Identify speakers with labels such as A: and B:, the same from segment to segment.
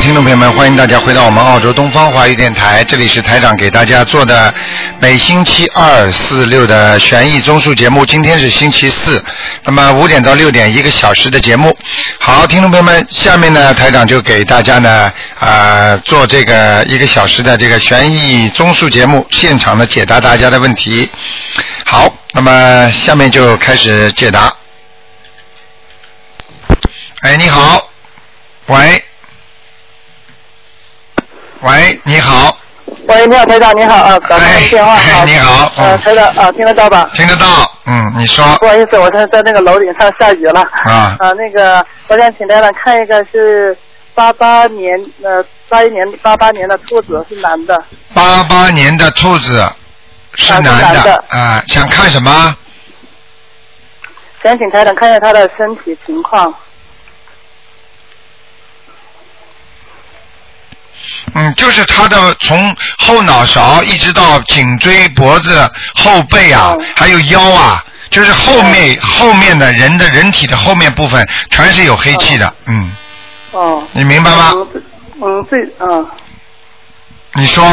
A: 听众朋友们，欢迎大家回到我们澳洲东方华语电台，这里是台长给大家做的每星期二、四、六的悬疑综述节目。今天是星期四，那么五点到六点一个小时的节目。好，听众朋友们，下面呢，台长就给大家呢啊、呃做这个一个小时的这个悬疑综述节目，现场的解答大家的问题。好，那么下面就开始解答。哎，你好，喂，喂，你好，
B: 喂，你好，台长，你好啊，打
A: 哎
B: 通电话
A: 哎
B: 好，
A: 你好
B: 呃，
A: 嗯
B: 台长啊，听得到吧？
A: 听得到，嗯，你说，
B: 不好意思，我现在在那个楼顶上下雨了。
A: 啊
B: 啊，那个，我想请台长看一个是八八年，呃，八一年八八年的兔子是男的，
A: 八八年的兔子是
B: 啊是
A: 男
B: 男
A: 的，
B: 的
A: 啊、想看什么？
B: 想请台长看一下他的身体情况。
A: 嗯，就是他的从后脑勺一直到颈椎、脖子、后背啊
B: 嗯，
A: 还有腰啊，就是后面、
B: 哦
A: 后面的人的人体的后面部分全是有黑气的，嗯，
B: 哦，
A: 你明白吗？
B: 嗯，嗯，这嗯，
A: 你说，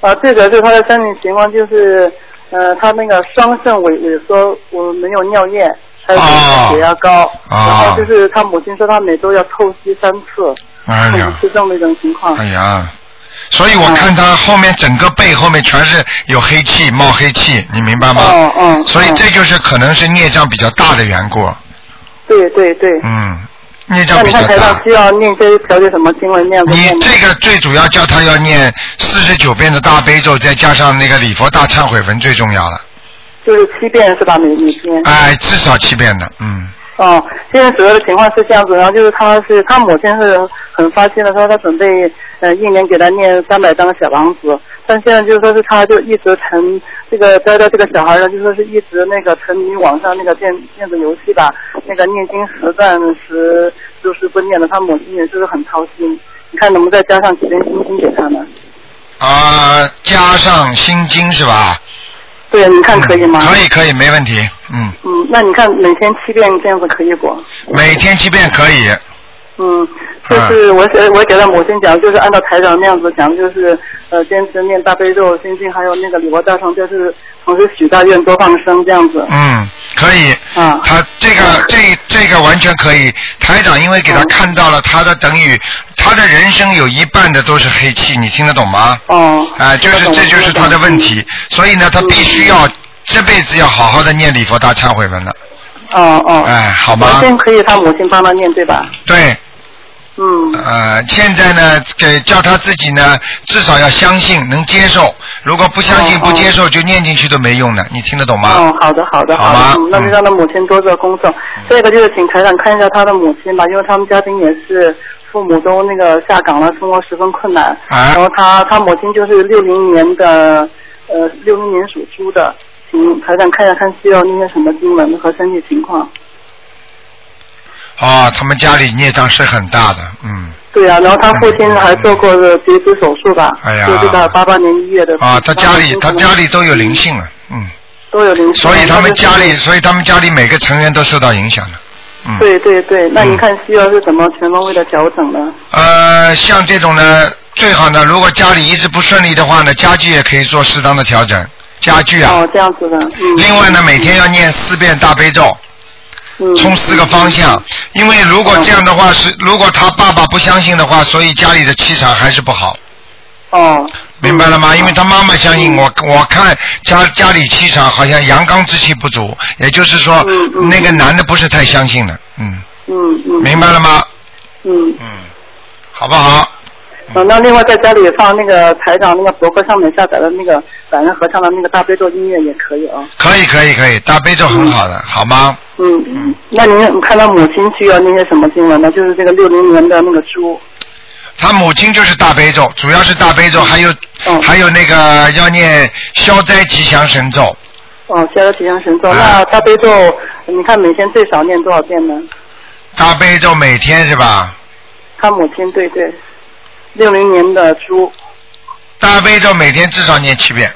B: 啊，这个是他的身体情况，就是呃，他那个双肾萎萎缩，我没有尿液，还有
A: 哦
B: 血压高，
A: 哦
B: 然后就是他母亲说他每周要透析三次，
A: 哎呀
B: 嗯，是这么一种情况。
A: 哎呀，所以
B: 哦
A: 我看他后面整个背后面全是有黑气，冒黑气，你明白吗？
B: 嗯嗯，
A: 所以
B: 嗯
A: 这就是可能是孽障比较大的缘故，
B: 对对对，
A: 嗯，孽
B: 那
A: 障
B: 你
A: 比较
B: 看台
A: 大
B: 上。需要念这些调节什么经文念不
A: 你
B: 念呢？
A: 这个最主要叫他要念四十九遍的大悲咒，再加上那个礼佛大忏悔文最重要了，
B: 就是七遍是吧？每每天。
A: 哎，至少七遍的，嗯，
B: 哦，现在主要的情况是这样子，然后就是他是他母亲是很发心的说他准备呃一年给他念三百张小王子，但现在就是说是他就一直沉这个待在这个小孩呢，就说是一直那个沉迷网上那个电电子游戏吧，那个念经实战时就是不念了，他母亲也就是很操心，你看能不能再加上几根星星给他呢？
A: 啊、加上心经是吧？
B: 对，你看可以吗？
A: 嗯可以可以，没问题，嗯，
B: 嗯，那你看每天七遍这样子可以不？
A: 每天七遍可以，
B: 嗯，
A: 啊
B: 就是我给我给他母亲讲，就是按照台长那样子讲，就是呃坚持念大悲咒、心经，还有那个礼佛大乘，就是同时许大愿、多放生这样子。
A: 嗯，可以，
B: 啊，
A: 他这个这这个完全可以，台长因为给他
B: 嗯
A: 看到了他的等于他的人生有一半的都是黑气，你听得懂吗？
B: 哦，
A: 啊、就是这就是他的问题，所以呢，他必须要这辈子要好好的念礼佛大忏悔文了，
B: 哦哦。
A: 哎，好
B: 我
A: 吗？
B: 先可以他母亲帮他念对吧？
A: 对，
B: 嗯，
A: 呃，现在呢，给叫他自己呢，至少要相信，能接受。如果不相信、
B: 哦
A: 不接受，就念进去都没用的，你听得懂吗？
B: 哦，好的好的
A: 好
B: 的
A: 吧，
B: 嗯那就
A: 嗯
B: 让他母亲多做工作。这个就是请台长看一下他的母亲吧，因为他们家庭也是父母都那个下岗了，生活十分困难。
A: 啊
B: 然后他他母亲就是六零年的，呃，六零年属猪的，请台长看一下看需要那些什么经文和身体情况。
A: 哦，他们家里孽障是很大的，嗯。
B: 对啊，然后他父亲还做过截肢手术吧？
A: 哎呀
B: 就这个八八年一月的。
A: 啊，他家
B: 哦
A: 里他家里都有灵
B: 性，
A: 性了，嗯，
B: 都有灵性。
A: 所以他们家
B: 就
A: 里，嗯
B: 是
A: 所以他们家里每个成员都受到影响了，嗯，
B: 对对对，那你看需要是怎么全方位的调整呢？
A: 呃，像这种呢，最好呢，如果家里一直不顺利的话呢，家具也可以做适当的调整，家具啊。
B: 哦，这样子的。嗯。
A: 另外呢，每天要念四遍大悲咒，
B: 嗯，
A: 冲四个方向。因为如果这样的话是，如果他爸爸不相信的话，所以家里的气场还是不好，
B: 哦，
A: 明白了吗？因为他妈妈相信我，
B: 嗯
A: 我看家家里气场好像阳刚之气不足，也就是说
B: 嗯嗯
A: 那个男的不是太相信了，嗯，
B: 嗯嗯，
A: 明白了吗？
B: 嗯，
A: 嗯，好不好？
B: 嗯，那另外在家里放那个台长那个博客上面下载的那个百人合唱的那个大悲咒音乐也可以啊。
A: 可以可以可以，大悲咒很好的，好吗？
B: 嗯，嗯那您看到母亲需要那些什么经文呢？就是这个六零年的那个猪。
A: 他母亲就是大悲咒，主要是大悲咒，还有、
B: 嗯
A: 还有那个要念消灾吉祥神咒，
B: 哦，加了吉祥神咒。
A: 嗯
B: 那大悲咒，你看每天最少念多少遍呢？
A: 大悲咒每天是吧？
B: 他母亲对对，六零年的猪
A: 大悲咒每天至少念七
B: 嗯
A: 遍，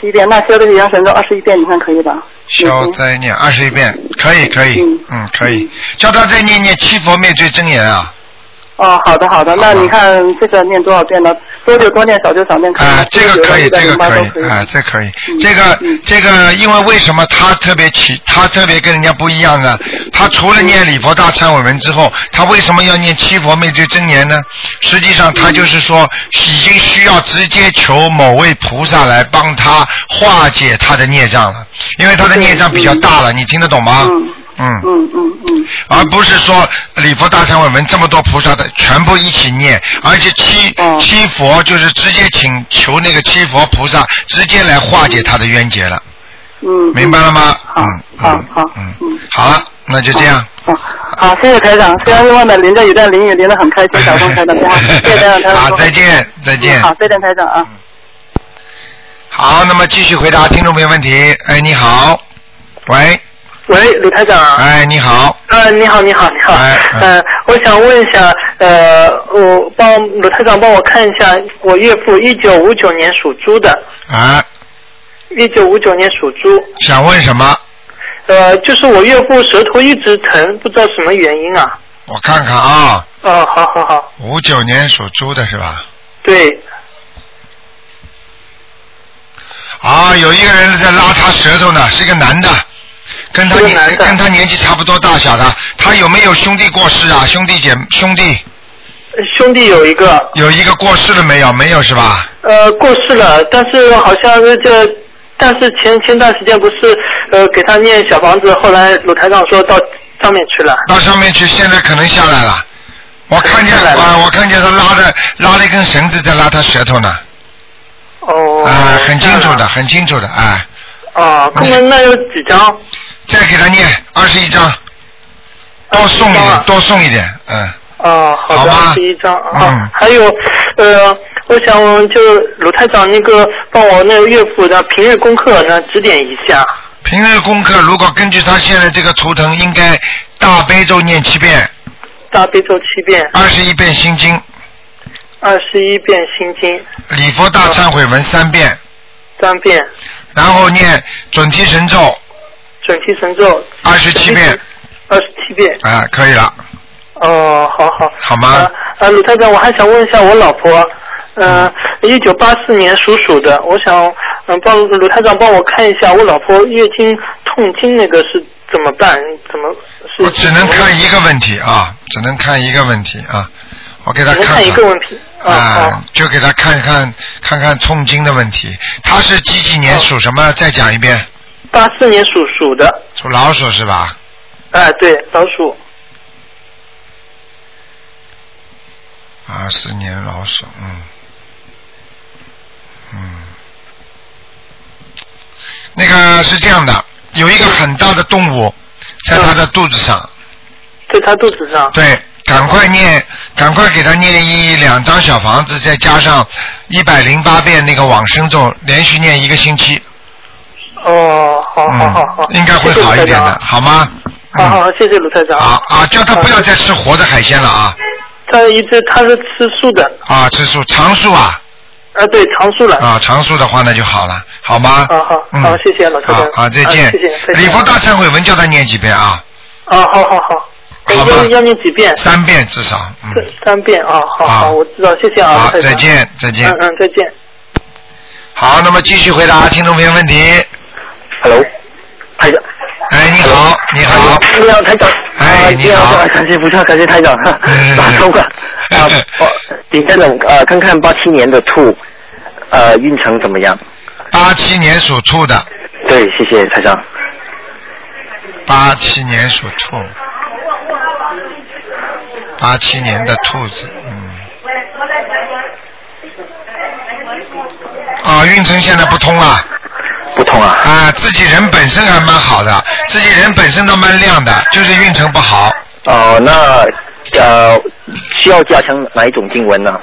B: 七遍，那消的吉祥神咒二十一遍，你看可以吧？嗯
A: 消
B: 每天
A: 灾念二十一遍，可以可以
B: 嗯，
A: 嗯可以，叫他再念念七佛灭罪真言啊，
B: 哦，好的好的，那你看这个念多少遍呢？多久多念，少就少念。可以吗
A: 啊，这个可以，这个
B: 108
A: 可
B: 都
A: 以，啊，这可以
B: 嗯。
A: 这个
B: 嗯
A: 这个，因为为什么他特别奇，他特别跟人家不一样呢？他除了念礼佛大忏悔文之后，他为什么要念七佛灭罪真言呢？实际上，他就是说已经需要直接求某位菩萨来帮他化解他的孽障了，因为他的孽障比较大了，你听得懂吗？
B: 嗯
A: 嗯
B: 嗯嗯嗯，
A: 而不是说礼佛大忏悔文这么多菩萨的全部一起念，而且七、
B: 哦
A: 七佛就是直接请求那个七佛菩萨直接来化解他的冤结了，
B: 嗯，
A: 明白了吗？
B: 好
A: 嗯，
B: 好
A: 嗯
B: 好
A: 嗯，
B: 嗯
A: 好了，那就这样。
B: 好，好，啊谢谢台长。虽然外面淋着雨，但淋雨淋得很开心，打通 台长电话。谢谢台长，台长。
A: 好，再见，再见。
B: 嗯好，再见，台长啊。
A: 好，那么继续回答听众朋友问题。哎，你好，喂，
C: 喂，鲁台长啊，
A: 哎，你好，
C: 呃，你好，你好，你好，
A: 哎嗯
C: 呃，我想问一下，呃，我帮鲁台长帮我看一下，我岳父一九五九年属猪的，
A: 啊，
C: 一九五九年属猪，
A: 想问什么？
C: 呃，就是我岳父舌头一直疼，不知道什么原因啊。
A: 我看看啊，
C: 哦，好好好，
A: 五九年属猪的是吧？
C: 对，
A: 啊，有一个人在拉他舌头呢，是个男的，跟他
C: 是个
A: 年
C: 男的
A: 跟他年纪差不多大小的，他有没有兄弟过世啊？兄弟姐兄弟
C: 兄弟有一个，
A: 有一个过世了没有？没有是吧？
C: 呃，过世了，但是好像是这，但是前前段时间不是呃给他念小房子，后来鲁台长说到上面去了，
A: 到上面去，现在可能下来了。我看见
C: 下来了
A: 啊，我看见他拉着拉了一根绳子在拉他舌头呢，
C: 哦，
A: 啊，很清楚
C: 这样
A: 的，
C: 啊，
A: 很清楚的，啊，
C: 哦，那么那有几张？
A: 再给他念二十一章，多送一
C: 21
A: 点
C: 啊张，
A: 多送一点，嗯，
C: 哦，好
A: 好吧
C: 的，第一张啊，
A: 嗯
C: 还有呃，我想就鲁台长那个帮我那个岳父的平日功课呢指点一下。
A: 平日功课如果根据他现在这个图腾，应该大悲咒念七遍，
C: 大悲咒七遍，
A: 二十一遍心经，
C: 二十一遍心经
A: 礼佛大忏悔文三遍，
C: 三遍，
A: 然后念准提神咒
C: 准提神咒
A: 二十七遍，
C: 二十七遍。
A: 啊，可以了。
C: 哦，好好。
A: 好吗
C: 呃呃，鲁太太，我还想问一下我老婆，呃，
A: 嗯
C: 一九八四年属鼠的，我想嗯、帮鲁太长帮我看一下我老婆月经痛经那个是怎么办？怎么是？
A: 我只能看一个问题啊，只能看一个问题啊，我给他
C: 只能
A: 看
C: 看一个问题。哦
A: 啊
C: 哦，
A: 就给他看看看看痛经的问题。他是几几年
C: 哦
A: 属什么？再讲一遍，
C: 八四年属鼠的，
A: 属老鼠是吧？
C: 哎、对，老鼠，
A: 啊，四年老鼠，嗯，嗯，那个是这样的，有一个很大的动物在他的肚子上，
C: 在她肚子上。
A: 对，赶快念，赶快给他念一两张小房子，再加上一百零八遍那个往生咒，连续念一个星期，
C: 哦，好好好好
A: 嗯，，应该会好一点的，好吗？
C: 谢谢鲁台长啊啊。好
A: 嗯，
C: 好，谢谢鲁太长。
A: 好啊，叫他不要
C: 好
A: 再吃活的海鲜了啊，
C: 她一直她是吃素的，
A: 啊，吃素长素啊，
C: 啊，对，长素了。
A: 啊，常素的话那就好了，好吗？
C: 好好
A: 嗯、
C: 好谢谢老师
A: 好，好，再见。
C: 啊谢谢再见
A: 礼佛大忏悔文叫他念几遍啊？
C: 啊，好好好，
A: 好吧
C: 要要念几遍？
A: 三遍至少。
C: 三
A: 嗯。
C: 三遍啊，
A: 好
C: 好好，我知道，谢谢啊，
A: 好，
C: 太太
A: 再。见，再见。
C: 嗯嗯，再见。
A: 好，那么继续回答听众朋友问题。
D: Hello，台长。
A: 哎，你好，你
C: 嗯
A: 好。
D: 你好，台长。
A: 哎
D: 啊
A: 你好
D: 啊感谢菩萨，感谢台长，
A: 嗯
D: 打通了。啊，我请台长呃，看看八七年的兔，呃，运程怎么样？
A: 八七年属兔的，
D: 对，谢谢台长。
A: 八七年属兔，八七年的兔子，嗯。啊，运程现在不通啊。
D: 不通啊。
A: 啊，自己人本身还蛮好的，自己人本身倒蛮亮的，就是运程不好。啊
D: 哦、那呃，需要加强哪一种经文呢？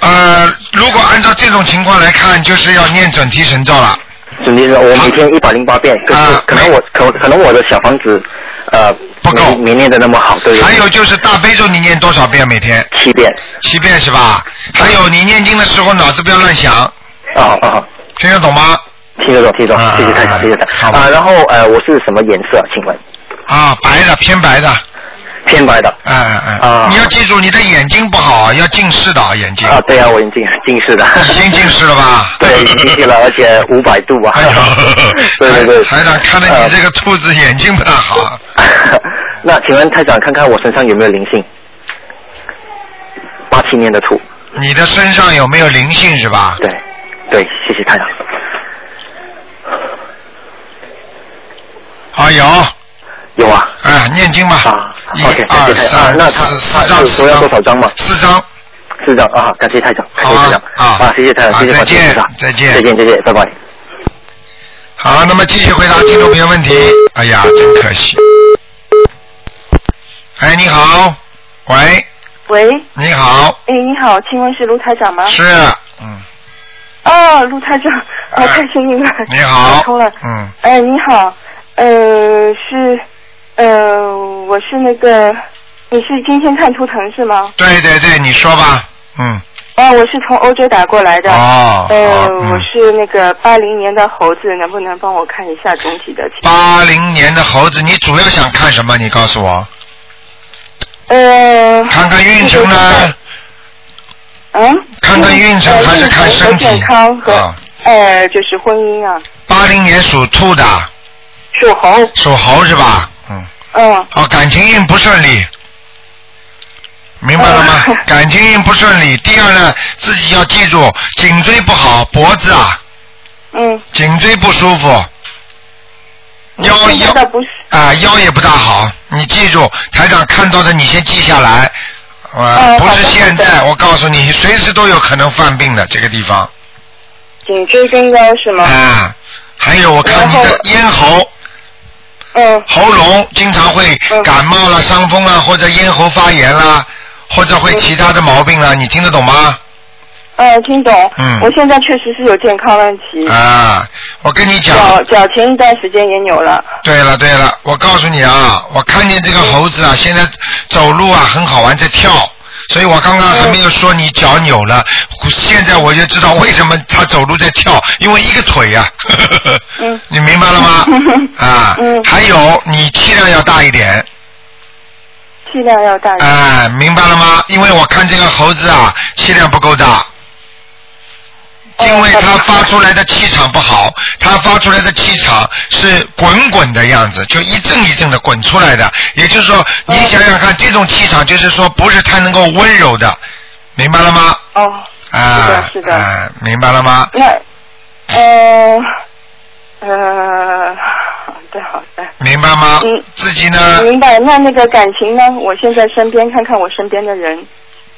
A: 呃，如果按照这种情况来看，就是要念准提神咒了。
D: 准提是我每天一百零八遍，可是
A: 啊
D: 可能我可可能我的小房子呃
A: 不够
D: 没没念的那么好，对。
A: 还有就是大悲咒，你念多少遍每天？
D: 七遍。
A: 七遍是吧？还有你念经的时候脑子不要乱想，
D: 啊啊。啊
A: 听得懂吗？
D: 听得懂，听得
A: 啊
D: 懂，谢谢台
A: 啊
D: 长，谢谢台
A: 好
D: 长。
A: 吧
D: 啊，然后呃，我是什么颜色？请问
A: 啊，白的偏白的，
D: 偏白的。
A: 哎哎哎
D: 啊，
A: 你要记住，你的眼睛不好，啊要近视的眼睛，
D: 啊，对啊，我已经近视的。
A: 已经近视了吧？
D: 对，已经近视了，而且五百度吧
A: 哎呦。
D: 对对啊对。
A: 台台长看了你这个啊兔子眼睛不大 好，
D: 呃。那请问台长，看看我身上有没有灵性？八七年的兔，
A: 你的身上有没有灵性是吧？
D: 对，对，谢谢台长。
A: 啊有，
D: 有啊。
A: 哎，念经吧
D: 啊，
A: 一
D: OK，
A: 二
D: 谢谢啊
A: 三
D: 那他
A: 四
D: 他
A: 四张
D: 有
A: 四
D: 说要多少张吗
A: 四张，
D: 是的啊，感谢台长，感
A: 好
D: 谢台
A: 啊
D: 长
A: 啊
D: 啊，谢谢台长，
A: 啊
D: 谢谢
A: 再
D: 观世音
A: 见
D: 菩萨
A: 再见
D: 再见再见，拜拜。
A: 好，那么继续回答听众朋友问题。哎呀，真可惜。哎，你好，喂，
E: 喂，
A: 你好，
E: 哎，你好，请问是卢台长吗？
A: 是，嗯，
E: 啊，卢台长，
A: 哎
E: 啊，太幸运了，
A: 你好
E: 打通了，。
A: 嗯，
E: 哎，你好，呃，是，呃，我是那个，你是今天看图腾是吗？
A: 对对对，你说吧，嗯，
E: 啊，我是从欧洲打过来的。
A: 哦，
E: 呃
A: 好，
E: 我
A: 嗯，
E: 是那个八零年的猴子，能不能帮我看一下总体的情？
A: 八零年的猴子，你主要想看什么？你告诉我，
E: 呃，
A: 看看运程呢，
E: 嗯，
A: 看看运程
E: 呃
A: 还是
E: 运
A: 看
E: 程
A: 身
E: 和
A: 体
E: 健康和、
A: 啊
E: 呃，就是婚姻啊，
A: 八零年属兔的，
E: 属猴，
A: 属猴是吧？嗯，
E: 嗯，
A: 哦，感情运不顺利，明白了吗？
E: 啊
A: 感情运不顺利。第二呢，自己要记住，颈椎不好，脖子啊，
E: 嗯，
A: 颈椎不舒服，腰
E: 现在
A: 腰
E: 倒不是，
A: 啊腰也不大好。你记住，台长看到的你先记下来，啊、
E: 哦
A: 不
E: 好
A: 是
E: 的
A: 现在，
E: 好的
A: 我告诉你，随时都有可能犯病的这个地方
E: 颈椎跟腰是吗？
A: 啊。还有，我看
E: 哦然
A: 你
E: 后
A: 的咽喉。
E: 嗯
A: 喉咙经常会
E: 嗯
A: 感冒啦、伤风啦，或者咽喉发炎啦，或者会其他的毛病啦，你听得懂吗？
E: 嗯，听懂。
A: 嗯
E: 我现在确实是有健康问题，
A: 啊，我跟你讲，
E: 脚脚前一段时间也扭了。
A: 对了对了，我告诉你啊，我看见这
E: 嗯
A: 个猴子啊，现在走路啊很好玩，在跳。所以我刚刚还没有说你脚扭了，现在我就知道为什么他走路在跳，因为一个腿呀、啊。
E: 嗯
A: 你明白了 吗？啊，
E: 嗯
A: 还有你气量要大一点。
E: 气量要大一点。
A: 哎，明白了吗？因为我看这个猴子啊，气量不够大，因为它发出来的气场不好，它发出来的气场是滚滚的样子，就一阵一阵的滚出来的。也就是说，你想想看，这种气场就是说不是太能够温柔的，明白了吗？
E: 哦，
A: 啊，
E: 是的是的
A: 啊，明白了吗？
E: 那，呃，呃，好的好的，
A: 明白吗
E: 嗯？
A: 自己呢，
E: 明白。那那个感情呢？我现在身边看看我身边的人。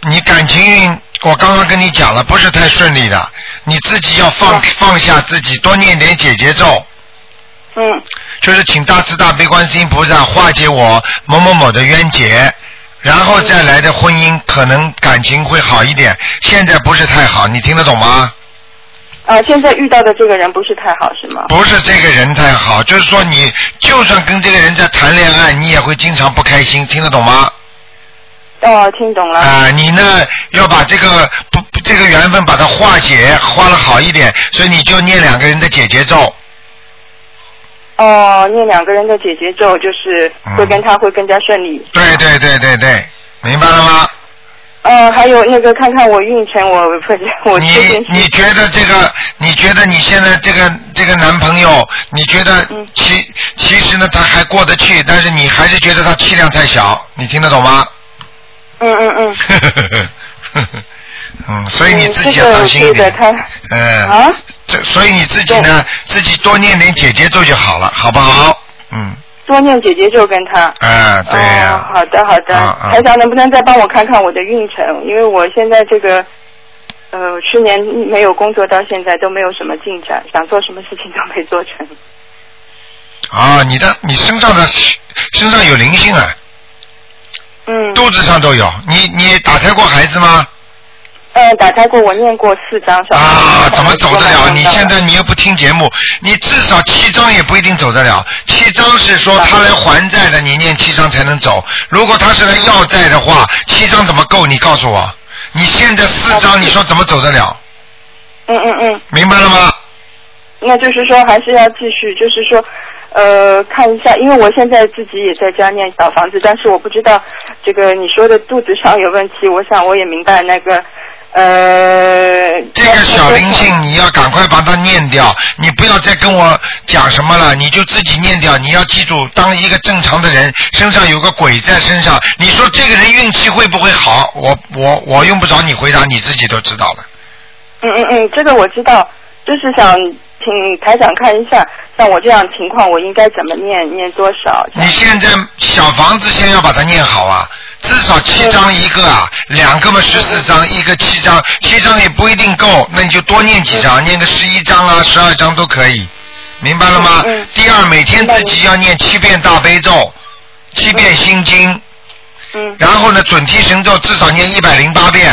A: 你感情运，我刚刚跟你讲了，不是太顺利的，你自己要放
E: 嗯
A: 放下自己，多念点解结咒。
E: 嗯
A: 就是请大慈大悲观世音菩萨化解我某某某的冤结，然后再来的婚姻可能感情会好一点。现在不是太好，你听得懂吗？
E: 啊，现在遇到的这个人不是太好，是吗？
A: 不是这个人太好，就是说你就算跟这个人在谈恋爱，你也会经常不开心，听得懂吗？
E: 哦，听懂了。
A: 啊、你呢要把这个不不这个缘分把它化解，化了好一点，所以你就念两个人的解结咒。
E: 哦，念两个人的姐姐咒，就是
A: 啊
E: 会跟他会更加顺利。
A: 对对对对对，明白了吗？
E: 呃，还有那个看看我运程，我不是我
A: 你
E: 最近
A: 你
E: 是
A: 觉得这个？你觉得你现在这个这个男朋友，你觉得
E: 嗯
A: 其、其实呢他还过得去，但是你还是觉得他气量太小，你听得懂吗？
E: 嗯嗯嗯，
A: 嗯，所以你
E: 嗯
A: 自
E: 这
A: 己要
E: 个
A: 当心一
E: 这个
A: 点。
E: 他
A: 嗯，
E: 啊，
A: 这所以你自己呢，自己多念点姐姐咒就好了，好不好？嗯，
E: 多念姐姐咒跟他。
A: 啊，对呀、
E: 哦，好的好的，
A: 啊啊
E: 台长能不能再帮我看看我的运程？因为我现在这个，呃，去年没有工作到现在都没有什么进展，想做什么事情都没做成。
A: 啊，你的你身上的身上有灵性啊，
E: 嗯，
A: 肚子上都有。你你打胎过孩子吗？
E: 呃，打开过我念过四张小
A: 啊，
E: 房子
A: 怎么走得了？你现。
E: 我
A: 在你又不听节目，你至少七张也不一定走得了。七张是说他来还债的，你念七张才能走。如果他是来要债的话，七张怎么够？你告诉我，你现在四张，你说怎么走得了？
E: 嗯嗯嗯，
A: 明白了吗？
E: 那就是说还是要继续，就是说，呃看一下，因为我现在自己也在家念小房子，但是我不知道这个你说的肚子上有问题，我想我也明白那个呃。
A: 这个小灵性你要赶快把它念掉，你不要再跟我讲什么了，你就自己念掉。你要记住，当一个正常的人身上有个鬼在身上，你说这个人运气会不会好？我我我用不着你回答，你自己都知道了。
E: 嗯嗯嗯，这个我知道，就是想请台长看一下，像我这样情况，我应该怎么念，念多少？
A: 你现在小房子先要把它念好啊，至少七张一个啊，两个嘛十四张，一个七张，七张也不一定够，那你就多念几
E: 嗯
A: 张，念个十一张啦、十二张都可以，明白了吗？
E: 嗯嗯
A: 第二，每天自己要念七遍大悲咒，七遍心经，
E: 嗯
A: 然后呢准提神咒至少念一百零八遍。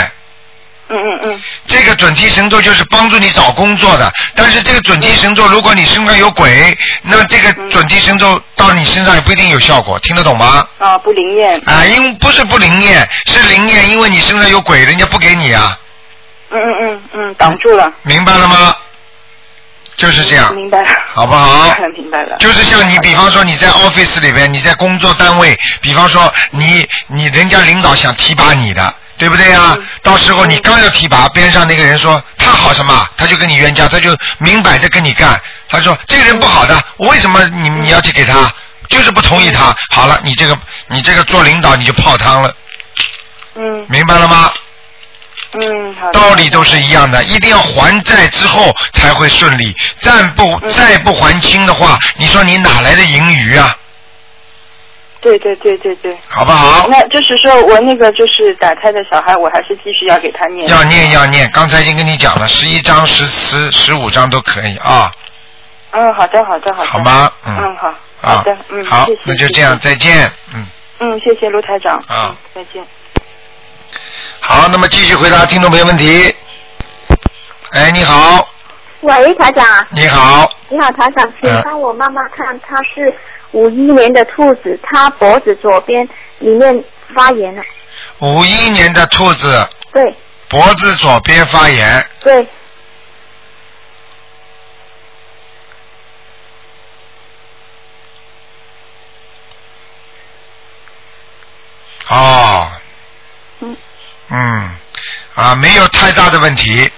E: 嗯嗯嗯
A: 这个准提神咒就是帮助你找工作的，但是这个准提神咒，如果你身上有鬼，那这个
E: 嗯
A: 准提神咒到你身上也不一定有效果，听得懂吗？
E: 啊，不灵验。
A: 啊，因为不是不灵验，是灵验，因为你身上有鬼，人家不给你啊，
E: 嗯嗯嗯嗯，挡住了。
A: 明白了吗？就是这样，
E: 明白了。
A: 好不好？
E: 明白了。
A: 哎哦就是像你，比方说你在 office 里边，你在工作单位，比方说你你人家领导想提拔你的，对不对呀、
E: 嗯
A: 到时候你刚要提拔，边上那个人说他好什么，他就跟你冤家，他就明摆着跟你干。他说这个人不好的，我为什么你你要去给他？就是不同意他。好了，你这个你这个做领导你就泡汤了，
E: 嗯
A: 明白了吗？
E: 嗯，好的。
A: 道理都是一样的，一定要还债之后才会顺利，再不再不还清的话，你说你哪来的盈余啊？
E: 对对对对对。
A: 好不好？
E: 那就是说我那个就是打胎的小孩，我还是继续要给他念。
A: 要念要念，刚才已经跟你讲了，十一章、十十十五章都可以啊，
E: 嗯，好的好的好的。
A: 好？吗？
E: 嗯，
A: 嗯，
E: 好。
A: 啊
E: 好的，嗯，
A: 好
E: 谢谢，
A: 那就这样，。再见，嗯，
E: 谢谢嗯，谢谢卢台长。
A: 啊
E: 嗯，再见。
A: 好，那么继续回答听众朋友问题。哎，你好，
F: 喂，台长，
A: 你好，
F: 你好，台长，请
A: 嗯
F: 帮我妈妈看，她是五一年的兔子，她脖子左边里面发炎了，
A: 五一年的兔子
F: 对
A: 脖子左边发炎，
F: 对，
A: 哦，
F: 嗯
A: 嗯，啊，没有太大的问题，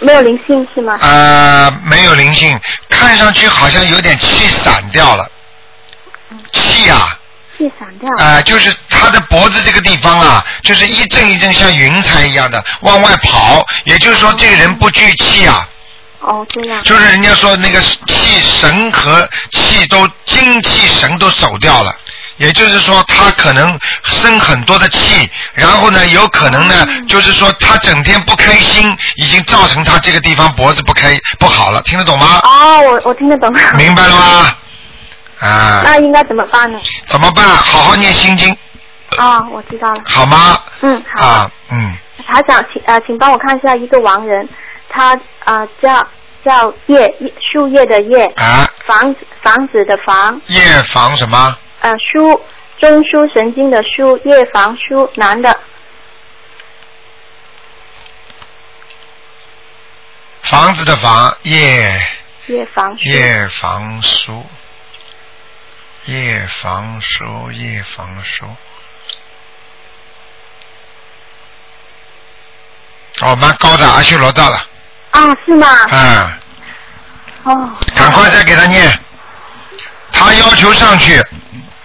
F: 没有灵性是吗？
A: 呃，没有灵性，看上去好像有点气散掉了，气啊。
F: 气散掉了，
A: 啊、就是他的脖子这个地方啊，就是一阵一阵像云彩一样的往外跑，也就是说这个人不聚气啊，
F: 哦，这样，
A: 就是人家说那个气神和气都精气神都走掉了。也就是说，他可能生很多的气，然后呢，有可能呢，
F: 嗯
A: 就是说他整天不开心，已经造成他这个地方脖子不开不好了，听得懂吗？
F: 哦，我我听得懂了，
A: 明白了吗？啊、
F: 那应该怎么办呢？
A: 怎么办？好好念心经，
F: 啊、我知道了，
A: 好吗？
F: 嗯，好，
A: 啊，嗯。
F: 台长，请啊、请帮我看一下一个亡人，他啊、叫叫叶叶树叶的叶，
A: 啊，
F: 房子房子的房，
A: 夜访什么？
F: 呃，枢中枢神经的枢，叶房枢，男的，
A: 房子的房，夜
F: 叶房枢。
A: 夜房书，夜房书，夜房书。哦，蛮高的，阿修罗到了，
F: 啊，是吗？
A: 啊，
F: 哦，
A: 赶快再给他念，他要求上去，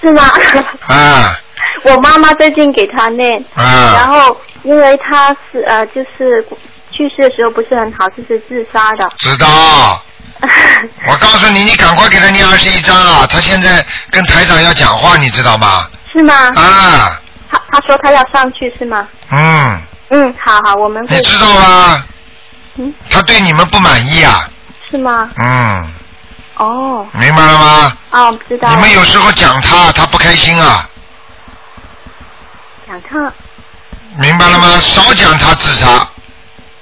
F: 是吗？
A: 啊
F: 我妈妈最近给他念，然
A: 啊，
F: 后因为他是呃，就是去世的时候不是很好，就是自杀的。
A: 知道。我告诉你，你赶快给他念二十一章啊！他现在跟台长要讲话，你知道吗？
F: 是吗？
A: 啊，
F: 他他说他要上去是吗？
A: 嗯。
F: 嗯，好好，我们
A: 你
F: 会
A: 知道吗？
F: 嗯
A: 他对你们不满意啊，
F: 是吗？
A: 嗯，
F: 哦，
A: 明白了吗？
F: 啊，我知道
A: 你
F: 了。
A: 们有时候讲他，他不开心啊，
F: 想看？
A: 明白了吗？少讲他自杀，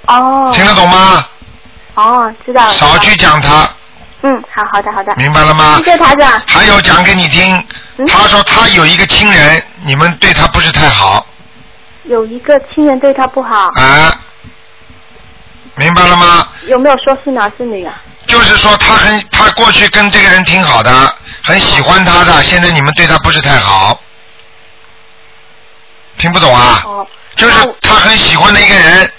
F: 嗯哦
A: 听得懂吗？
F: 哦，知道了。
A: 少去啊
F: 知道了。
A: 讲他，
F: 嗯，好好的好的。
A: 明白了吗
F: 谢？谢台长。
A: 还有讲给你听，
F: 嗯，
A: 他说他有一个亲人，你们对他不是太好啊
F: 有一个亲人对他不好，
A: 啊，明白了吗？
F: 有没有说是男是女啊？
A: 就是说他很他过去跟这个人挺好的，很喜欢他的，现在你们对他不是太好，听不懂啊？
F: 哦，
A: 就是他很喜欢的一个人，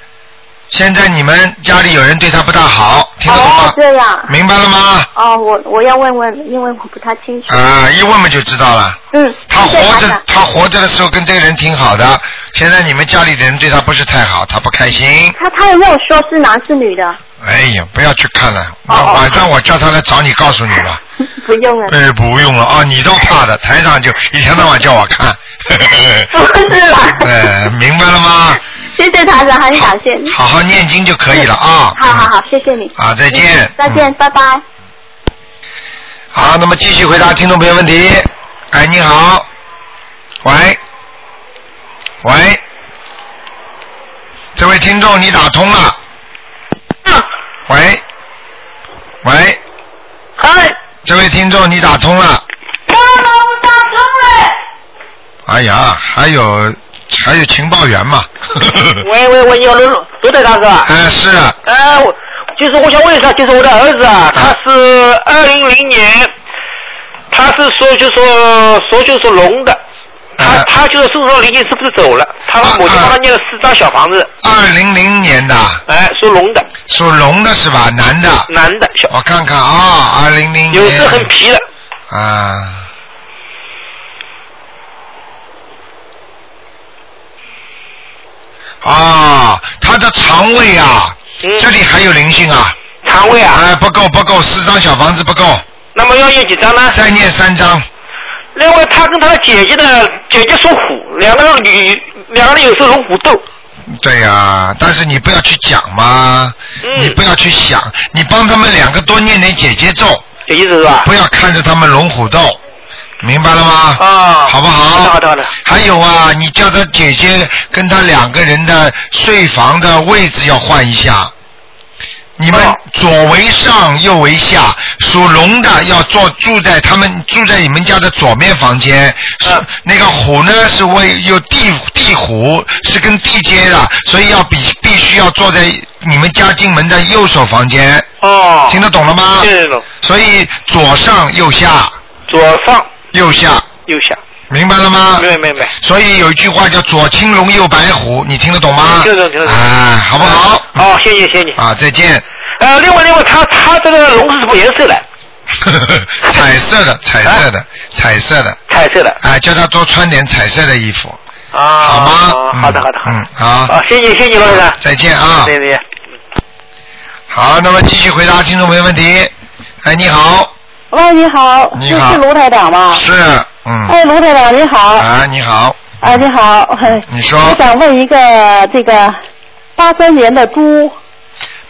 A: 现在你们家里有人对他不大好，听得懂
F: 哦
A: 吗，？
F: 这样。
A: 明白了吗？
F: 哦，我我要问问，因为我不太清楚。
A: 啊，一问嘛就知道了。
F: 嗯，
A: 他
F: 谢谢
A: 活
F: 台
A: 着
F: 长，。
A: 他活着的时候跟这个人挺好的，现在你们家里的人对他不是太好，他不开心。
F: 他他有没有说是男是女的？
A: 哎呀，不要去看了，
F: 哦
A: 那
F: 哦
A: 晚上我叫他来找你，告诉你吧。
F: 不用了。
A: 哎，不用了啊，你都怕的，台上就一天到晚叫我看。
F: 不是啦。
A: 哎，明白了吗？
F: 谢谢台长，很感谢你。
A: 好好念经就可以了啊。
F: 好好好，谢谢你。
A: 好再见
F: 嗯再见，拜拜。
A: 好，那么继续回答听众朋友问题。哎，你好，喂，喂，这位听众你打通了，
C: 嗯
A: 喂，喂，
C: 嗨，
A: 这位听众你打通了，
C: 哎我老打通了。
A: 哎呀，还有还有情报员嘛？嗯
C: 喂喂喂，你好，卢卢队大哥啊。
A: 哎，是
C: 呃，我就是我想问一下，就是我的儿子啊，他是二零零年，他是说就说说就说聋的，他
A: 啊
C: 他就是身上灵性是不是走了？他让我就帮他念了四张小房子，
A: 二零零年的，
C: 哎，说聋的，
A: 属龙的是吧？男的，
C: 男的，小
A: 我看看啊，二零零
C: 有
A: 年
C: 时很皮的，
A: 啊。啊，他的肠胃啊，
C: 嗯
A: 这里还有灵性啊！
C: 肠胃啊，
A: 哎，不够不够，四张小房子不够，
C: 那么要念几张呢？
A: 再念三张。
C: 另外，他跟他的姐姐的姐姐属虎，两个人女，两个人有时候龙虎斗，
A: 对呀、但是你不要去讲嘛，
C: 嗯
A: 你不要去想，你帮他们两个多念点姐姐咒，
C: 有意思是吧
A: 不？要看着他们龙虎斗，明白了吗？
C: 啊，
A: 好不好？
C: 好的好的好的
A: 还有啊，你叫他姐姐跟他两个人的睡房的位置要换一下。你们
C: 哦
A: 左为上，右为下，属龙的要坐住在他们住在你们家的左面房间。是
C: 嗯
A: 那个虎呢是为有地地虎是跟地接的，所以要比必须要坐在你们家进门的右手房间。
C: 哦，
A: 听得懂了吗？
C: 听得懂。
A: 所以左上右下，
C: 左上
A: 右下，
C: 右下，
A: 明白了吗？
C: 明白明白。
A: 所以有一句话叫左青龙右白虎，你听得懂吗？
C: 嗯听得懂听得懂
A: 啊，好不好？
C: 哦，谢谢谢谢。
A: 啊，再见。
C: 呃，另外另外，他他这个龙是什么颜色的？
A: 彩色
C: 啊
A: 的，彩色的，彩色的，
C: 彩色的。
A: 啊，叫他多穿点彩色的衣服，
C: 啊。
A: 好吗？
C: 哦好的好的好
A: 嗯
C: 的。，
A: 好，
C: 好，谢谢谢谢老先生。
A: 再见啊。
C: 再见。
A: 好，那么继续回答听众朋友问题。哎，你好，
B: 喂，你好，
A: 嗯你
B: 这
A: 好
B: 是卢台长
C: 啊
B: 吗？
A: 是，嗯，
B: 哎，卢台长你好，啊、
A: 啊，你好，
B: 你好，嘿
A: 你说
B: 我想问一个这个八三年的猪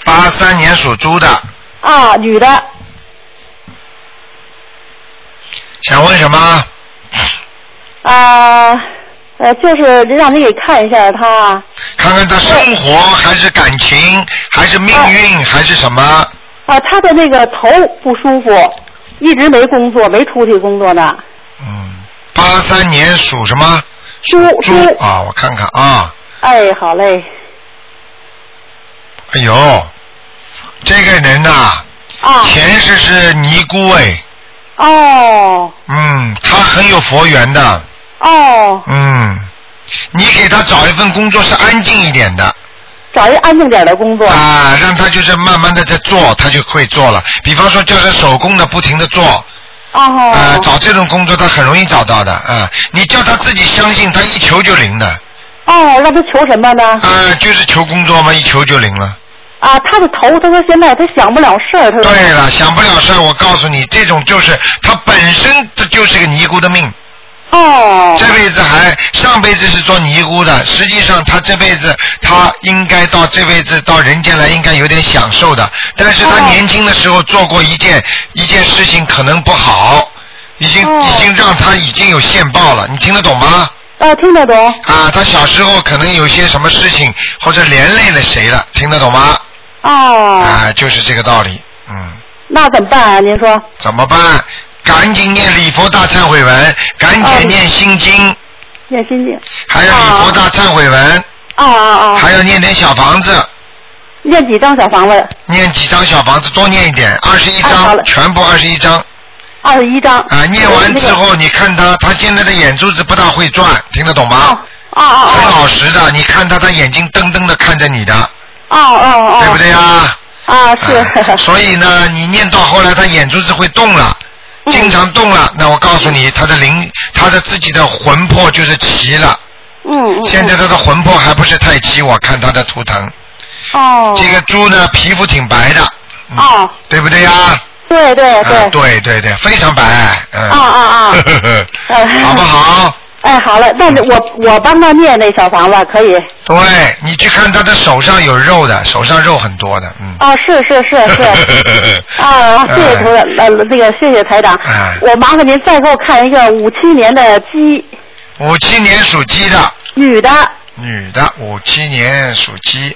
A: 八三年属猪的，
B: 啊，女的，
A: 想问什么？
B: 啊，呃，就是让你给看一下她
A: 看看他生活还是感情，还是命运，还是什么？
B: 啊，她的那个头不舒服，一直没工作，没出去工作呢，
A: 嗯，八三年属什么？
B: 猪
A: 猪
B: 猪，
A: 啊，我看看啊，
B: 哎，好嘞，
A: 哎呦，这个人呐、
B: 啊，
A: 前世是尼姑哎，
B: 哦
A: 嗯，他很有佛缘的，
B: 哦，
A: 嗯，你给他找一份工作是安静一点的
B: 找一安静点的工作，
A: 啊，让他就是慢慢的在做，他就会做了。比方说叫他手工的不停的做，
B: 哦，
A: 啊，找这种工作他很容易找到的啊。你叫他自己相信，他一求就灵的
B: 哦，让她求什么呢？
A: 啊，就是求工作嘛，一求就灵了。
B: 啊，他的头，他说现在他想不了事儿，他说
A: 对了，想不了事儿，我告诉你，这种就是他本身这就是个尼姑的命，
B: 哦
A: 这辈子还上辈子是做尼姑的，实际上他这辈子他应该到这辈子到人间来应该有点享受的，但是他
B: 哦
A: 年轻的时候做过一件一件事情可能不好，已经
B: 哦
A: 已经让他已经有现报了，你听得懂吗？
B: 啊，听得懂
A: 啊，他小时候可能有些什么事情或者连累了谁了，听得懂吗？
B: 哦，
A: 啊，就是这个道理，嗯。
B: 那怎么办啊？您说
A: 怎么办？赶紧念礼佛大忏悔文，赶紧念心经，
B: 念心经
A: 还有礼佛大忏悔文，
B: 啊啊啊
A: 还要念点小房子，
B: 念几张小房子？
A: 念几张小房子，多念一点，二十一张，全部二十一张。
B: 啊二十一张。
A: 啊，念完之后，你看他，他现在的眼珠子不大会转，听得懂吗？
B: 哦哦
A: 很老实的，你看他，他眼睛瞪瞪的看着你的，
B: 哦哦哦。
A: 对不对啊？
B: 啊， 是。
A: 所以呢，你念到后来，他眼珠子会动了，
B: 嗯
A: 经常动了。那我告诉你，他的灵，他的自己的魂魄就是齐了。
B: 嗯嗯。
A: 现在他的魂魄还不是太齐，我看他的图腾。
B: 哦。
A: 这个猪呢，皮肤挺白的，嗯
B: 哦。
A: 对不对呀？
B: 对对
A: 啊
B: 对。
A: 对对对，非常白，嗯。
B: 啊啊啊
A: 好不好？
B: 哎，好了，那我我帮他念那小房子 可以。
A: 对你去看他的手上有肉的，手上肉很多的，嗯。
B: 啊，是是是 是。啊，谢谢同志，呃，那个谢谢台长，
A: 哎
B: 我麻烦您再给我看一个五七年的鸡
A: 五七年属鸡的，
B: 女的，
A: 女的，五七年属鸡，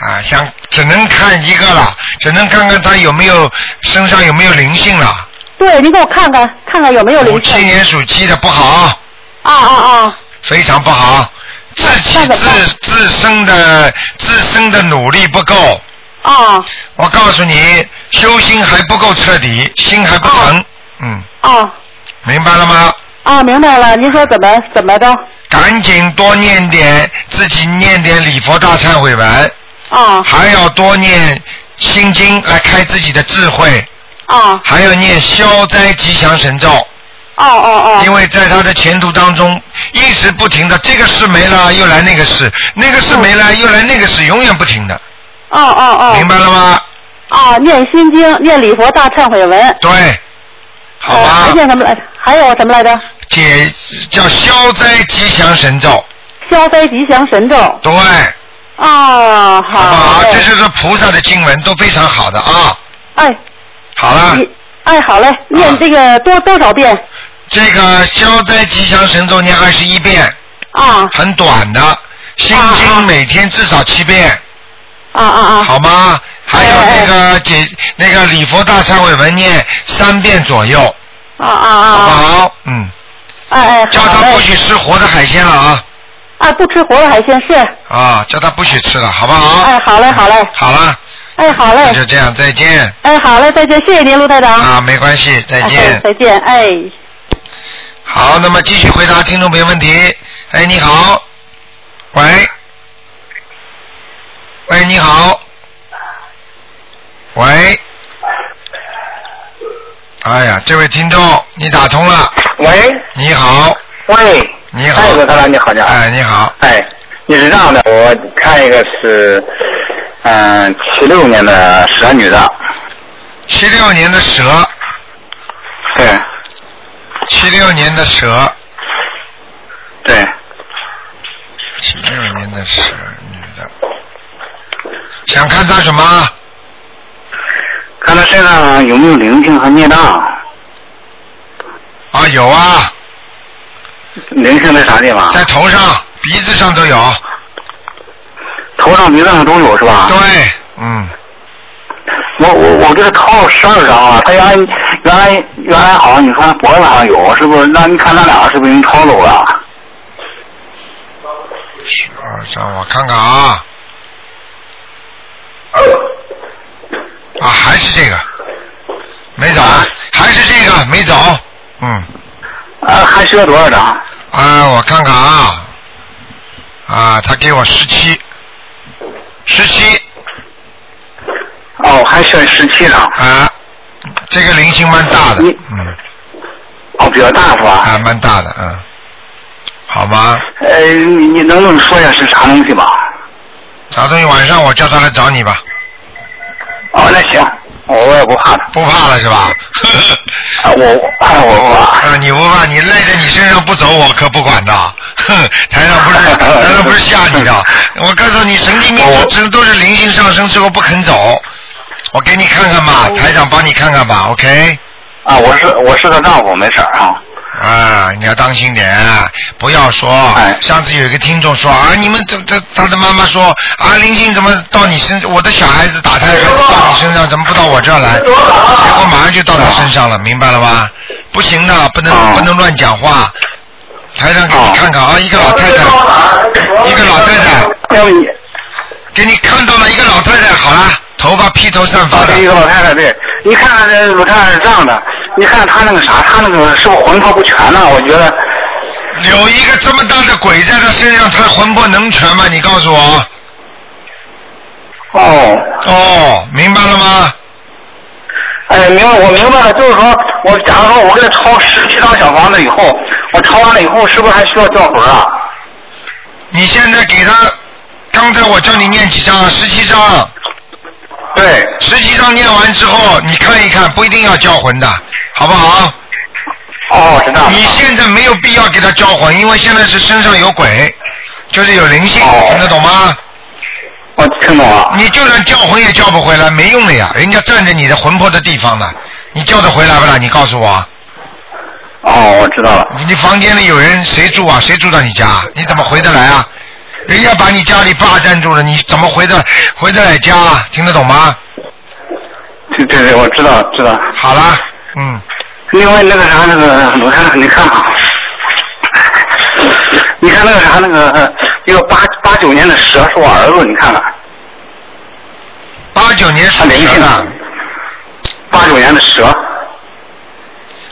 A: 啊，想只能看一个了，只能看看她有没有身上有没有灵性了。
B: 对，您给我看看看看有没有
A: 五
B: 灵
A: 七
B: 性。
A: 年属鸡的不好，
B: 啊啊啊！
A: 非常不好，自己自自身的自身的努力不够。
B: 啊
A: 我告诉你，修心还不够彻底，心还不
B: 哦
A: 诚，嗯，
B: 啊
A: 明白了吗？
B: 啊！明白了，您说怎么怎么着？
A: 赶紧多念点，自己念点礼佛大忏悔文，
B: 啊
A: 还要多念心经来开自己的智慧，
B: 啊
A: 还要念消灾吉祥神咒。
B: 哦哦
A: 因为在他的前途当中，一直不停的这个事没了又来那个事，那个事没了又来那个事，永远不停的，
B: 嗯哦哦哦！
A: 明白了吗？
B: 啊，念心经，念礼佛大忏悔文，
A: 对，好
B: 呃
A: 吧
B: 还，念什么来？还有什么来着？
A: 解叫消灾吉祥神咒，
B: 消灾吉祥神咒。
A: 对，
B: 啊，好。
A: 啊，这就是菩萨的经文，都非常好的啊。
B: 哎，
A: 好了。
B: 你哎，好嘞，念这个多多少遍？
A: 这个消灾吉祥神咒念二十一遍，
B: 啊
A: 很短的，心经每天至少七遍，
B: 啊啊哎啊！
A: 好吗？还有那个解那个礼佛大忏悔文念三遍左右，
B: 啊啊
A: 好不
B: 啊！
A: 好？嗯，
B: 哎哎，
A: 叫
B: 好
A: 他
B: 嘞
A: 不许吃活的海鲜了啊
B: 啊，不吃活的海鲜是。
A: 啊，叫他不许吃了，好不好？
B: 哎，好嘞，好嘞，
A: 好了，
B: 哎，好
A: 那
B: 嘞，
A: 就这样，再见
B: 哎，好嘞，再见，谢谢您，卢台长。
A: 啊，没关系，再
B: 哎
A: 见。
B: 再见，哎。
A: 好，那么继续回答听众朋友问题。哎，你好，喂，喂，你好，喂，哎呀，这位听众，你打通了，
C: 喂
A: 你好，
C: 喂，
A: 你好
C: 哎，，罗太太你好，你好。
A: 哎，你好，
C: 哎，你是这样的，我看一个是，嗯、7七六年的蛇女的，
A: 七六年的蛇，
C: 对
A: 七六年的蛇，
C: 对，
A: 七六年的蛇，女的，想看她什么？
C: 看她身上有没有灵性和孽障，
A: 啊，有啊，
C: 灵性在啥地方？
A: 在头上、鼻子上都有，
C: 啊头上、鼻子上都有是吧？
A: 对，嗯。
C: 我我我给她掏了十二张了，她原来原来原来好像你看脖子上有，是不是？那你看那俩是不是已经抄走了？
A: 十二张，我看看啊。啊，还是这个，没走，啊还是这个没走。嗯，
C: 啊，还需要多少张？
A: 啊，我看看啊，啊，他给我十七，十七
C: 哦，还需要十七张。
A: 啊，这个菱形蛮大的
C: 你，
A: 嗯，
C: 哦，比较大是吧？
A: 啊，蛮大的，嗯，好吗？
C: 呃，你你能不能说一下是啥东西吧？
A: 啥东西？晚上我叫他来找你吧，
C: 哦，那行，我我也不怕的。
A: 不怕了是吧？
C: 啊，我怕我不怕。
A: 啊，你不怕？你赖在你身上不走，我可不管的。 哼，台上不是台上不是吓你的，我告诉你，神经病
C: 我
A: 都都是灵性上升之后不肯走。我给你看看吧，台长帮你看看吧，OK？
C: 啊，我是我是她丈夫，没事儿啊。
A: 啊，你要当心点，啊不要说
C: 哎。
A: 上次有一个听众说啊，你们这这他的妈妈说啊，灵性怎么到你身？我的小孩子打胎孩子到你身上，怎么不到我这儿来？结果马上就到他身上了，明白了吧？不行的，不能、
C: 哦
A: 不能乱讲话。台上给你看看啊，一个老太太，一个老太太
C: 哎要不你
A: 给你看到了一个老太太，好了，头发披头散发
C: 啊，
A: 的
C: 对，一，个老太太，对，你看那老太太是这样的，你看她那个啥，她那个是不是魂魄不全呢？我觉得，
A: 有一个这么大的鬼在她身上，她魂魄能全吗？你告诉我。
C: 哦，
A: 哦，明白了吗？
C: 哎，明白，我明白了，就是说我假如说我给她抄十七张小房子以后，我抄完了以后，是不是还需要叫魂啊？
A: 你现在给她，刚才我叫你念几张啊？十七张，
C: 对，
A: 十七张念完之后，你看一看，不一定要叫魂的，好不好？
C: 哦，知道了。
A: 你现在没有必要给他交魂，因为现在是身上有鬼，就是有灵性，
C: 哦
A: 听得懂吗？
C: 我哦听懂了。
A: 你就算叫魂也叫不回来，没用的呀，人家占着你的魂魄的地方呢，你叫得回来不啦？你告诉我，
C: 哦，我知道了。
A: 你你房间里有人谁住啊？谁住到你家？你怎么回得来啊？人家把你家里霸占住了，你怎么回得回得来家啊？听得懂吗？
C: 对对对，我知道知道。
A: 好啦，嗯，
C: 另外那个啥，那个鲁太太，你看啊，你看那个啥，那个呃一个八八九年的蛇是我儿子，你看看
A: 八九年
C: 他
A: 属
C: 灵
A: 蛇
C: 性啊
A: 的，
C: 八九年的蛇，